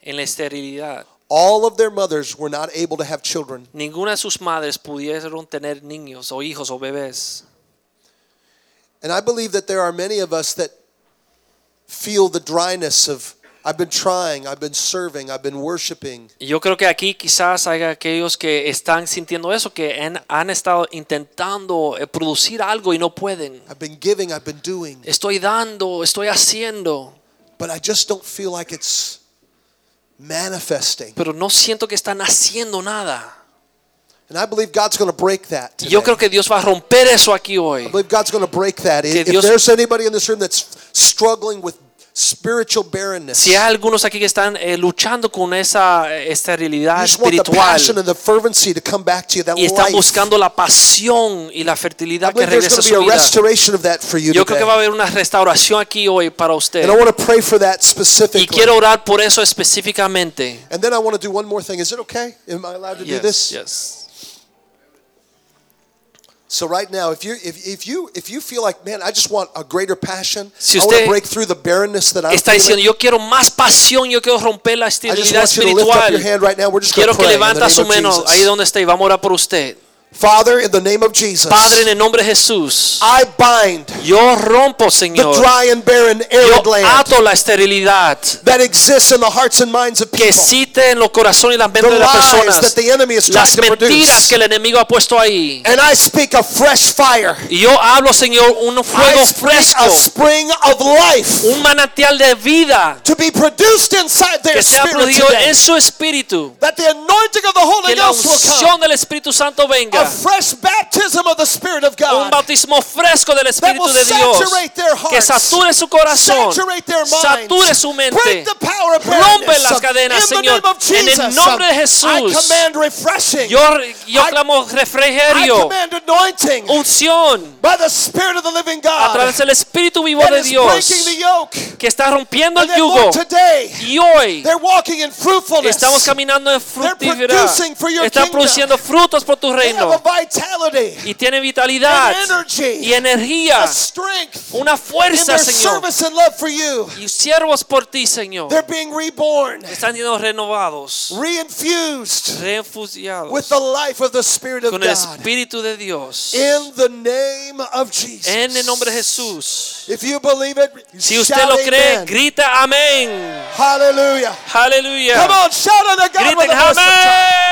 [SPEAKER 3] en la esterilidad.
[SPEAKER 2] All of their mothers were not able to have children.
[SPEAKER 3] Ninguna de sus madres pudieron tener niños o hijos o bebés.
[SPEAKER 2] And I believe that there are many of us that feel the dryness of I've been trying, I've been serving, I've been worshiping,
[SPEAKER 3] Y Yo creo que aquí quizás hay aquellos que están sintiendo eso, que han, han estado intentando eh, producir algo y no pueden.
[SPEAKER 2] I've been giving, I've been doing,
[SPEAKER 3] Estoy dando, estoy haciendo,
[SPEAKER 2] but I just don't feel like it's manifesting.
[SPEAKER 3] pero no siento que están haciendo nada.
[SPEAKER 2] And I believe God's going to break that.
[SPEAKER 3] Y Yo
[SPEAKER 2] today.
[SPEAKER 3] creo que Dios va a romper eso aquí hoy.
[SPEAKER 2] I believe God's going to break that. If
[SPEAKER 3] Dios-
[SPEAKER 2] there's anybody in this room that's struggling with spiritual barrenness,
[SPEAKER 3] Si hay algunos aquí que están eh, luchando con esa eh,
[SPEAKER 2] you
[SPEAKER 3] esterilidad
[SPEAKER 2] just want the
[SPEAKER 3] espiritual
[SPEAKER 2] passion and the fervency to come back to you. That
[SPEAKER 3] y están
[SPEAKER 2] life.
[SPEAKER 3] buscando la pasión y la fertilidad
[SPEAKER 2] I
[SPEAKER 3] que
[SPEAKER 2] believe there's
[SPEAKER 3] regresa a
[SPEAKER 2] going to be
[SPEAKER 3] su
[SPEAKER 2] a
[SPEAKER 3] vida,
[SPEAKER 2] restoration of that for you
[SPEAKER 3] yo creo que
[SPEAKER 2] today.
[SPEAKER 3] va a haber una restauración aquí hoy para usted.
[SPEAKER 2] And I want to pray for that
[SPEAKER 3] Y
[SPEAKER 2] specifically.
[SPEAKER 3] quiero orar por eso específicamente.
[SPEAKER 2] And then I want to do one more thing. Is it okay? Am I allowed to do
[SPEAKER 3] Yes,
[SPEAKER 2] this?
[SPEAKER 3] yes.
[SPEAKER 2] So right now, if you if, if you if you feel like, man, I just want a greater passion,
[SPEAKER 3] Si
[SPEAKER 2] I want to
[SPEAKER 3] usted
[SPEAKER 2] break through the barrenness that I'm
[SPEAKER 3] Está diciendo,
[SPEAKER 2] feeling.
[SPEAKER 3] yo quiero más pasión, yo quiero romper la
[SPEAKER 2] I just
[SPEAKER 3] esterilidad
[SPEAKER 2] want you to lift up your
[SPEAKER 3] espiritual.
[SPEAKER 2] hand right now. We're just going
[SPEAKER 3] Quiero
[SPEAKER 2] to
[SPEAKER 3] que
[SPEAKER 2] pray in the
[SPEAKER 3] levanta su
[SPEAKER 2] name of
[SPEAKER 3] mano ahí
[SPEAKER 2] Jesus.
[SPEAKER 3] donde está y vamos a orar por usted.
[SPEAKER 2] Father, in the name of Jesus,
[SPEAKER 3] Padre, en el nombre de Jesús,
[SPEAKER 2] I bind
[SPEAKER 3] yo rompo,
[SPEAKER 2] the
[SPEAKER 3] Señor.
[SPEAKER 2] dry and barren arid
[SPEAKER 3] Yo
[SPEAKER 2] land
[SPEAKER 3] ato la esterilidad
[SPEAKER 2] that exists in the hearts and minds of people.
[SPEAKER 3] que existe en los corazones y las
[SPEAKER 2] The
[SPEAKER 3] mentes de las
[SPEAKER 2] lies that
[SPEAKER 3] personas.
[SPEAKER 2] the enemy is trying
[SPEAKER 3] Las
[SPEAKER 2] to
[SPEAKER 3] mentiras
[SPEAKER 2] produce.
[SPEAKER 3] que el enemigo ha puesto ahí.
[SPEAKER 2] And I speak of fresh fire.
[SPEAKER 3] Y yo hablo, Señor, un
[SPEAKER 2] I
[SPEAKER 3] fuego
[SPEAKER 2] speak
[SPEAKER 3] fresco,
[SPEAKER 2] a spring of life
[SPEAKER 3] un manantial de vida
[SPEAKER 2] to be produced inside their
[SPEAKER 3] que sea
[SPEAKER 2] spirit
[SPEAKER 3] producido
[SPEAKER 2] today.
[SPEAKER 3] en su espíritu.
[SPEAKER 2] That the anointing of the Holy
[SPEAKER 3] Que la
[SPEAKER 2] Ghost will come.
[SPEAKER 3] unción del Espíritu Santo
[SPEAKER 2] A
[SPEAKER 3] venga.
[SPEAKER 2] fresh baptism of the Spirit of
[SPEAKER 3] Un
[SPEAKER 2] God.
[SPEAKER 3] bautismo fresco del
[SPEAKER 2] That will
[SPEAKER 3] Espíritu de Dios.
[SPEAKER 2] saturate their
[SPEAKER 3] Que
[SPEAKER 2] hearts.
[SPEAKER 3] sature su corazón.
[SPEAKER 2] Saturate their
[SPEAKER 3] Sature su
[SPEAKER 2] minds. Break
[SPEAKER 3] mente.
[SPEAKER 2] the power of
[SPEAKER 3] Rompe
[SPEAKER 2] barrenness.
[SPEAKER 3] las cadenas,
[SPEAKER 2] In the
[SPEAKER 3] Señor.
[SPEAKER 2] name of
[SPEAKER 3] En el
[SPEAKER 2] Jesus,
[SPEAKER 3] nombre de
[SPEAKER 2] I
[SPEAKER 3] Jesús.
[SPEAKER 2] command refreshing.
[SPEAKER 3] Yo, yo
[SPEAKER 2] I-
[SPEAKER 3] clamo
[SPEAKER 2] I
[SPEAKER 3] refrigerio,
[SPEAKER 2] command anointing
[SPEAKER 3] unción
[SPEAKER 2] by the Spirit of the living
[SPEAKER 3] a
[SPEAKER 2] God.
[SPEAKER 3] través del Espíritu vivo
[SPEAKER 2] That
[SPEAKER 3] de
[SPEAKER 2] is breaking the
[SPEAKER 3] Dios
[SPEAKER 2] yoke.
[SPEAKER 3] que está rompiendo
[SPEAKER 2] And
[SPEAKER 3] el
[SPEAKER 2] then,
[SPEAKER 3] yugo.
[SPEAKER 2] Lord, today,
[SPEAKER 3] Y hoy
[SPEAKER 2] they're walking in fruitfulness.
[SPEAKER 3] estamos caminando en fructividad.
[SPEAKER 2] producing for your
[SPEAKER 3] Están
[SPEAKER 2] kingdom.
[SPEAKER 3] produciendo frutos por tu
[SPEAKER 2] They have a
[SPEAKER 3] reino.
[SPEAKER 2] vitality,
[SPEAKER 3] Y tiene vitalidad
[SPEAKER 2] an energy,
[SPEAKER 3] y energía,
[SPEAKER 2] a strength
[SPEAKER 3] una
[SPEAKER 2] in
[SPEAKER 3] fuerza,
[SPEAKER 2] their
[SPEAKER 3] Señor.
[SPEAKER 2] service and love for you.
[SPEAKER 3] Y siervos por ti, Señor.
[SPEAKER 2] They're being reborn,
[SPEAKER 3] Están siendo renovados,
[SPEAKER 2] reinfused with
[SPEAKER 3] refugiados
[SPEAKER 2] the life of the Spirit of
[SPEAKER 3] con el
[SPEAKER 2] God.
[SPEAKER 3] Espíritu de Dios.
[SPEAKER 2] In the name of Jesus.
[SPEAKER 3] En el nombre de Jesús.
[SPEAKER 2] If you believe it,
[SPEAKER 3] Si
[SPEAKER 2] shout
[SPEAKER 3] usted lo cree,
[SPEAKER 2] amen.
[SPEAKER 3] grita amén.
[SPEAKER 2] Hallelujah.
[SPEAKER 3] Aleluya.
[SPEAKER 2] Come on, shout unto God with
[SPEAKER 3] Griten
[SPEAKER 2] a voice of triumph.
[SPEAKER 3] amén.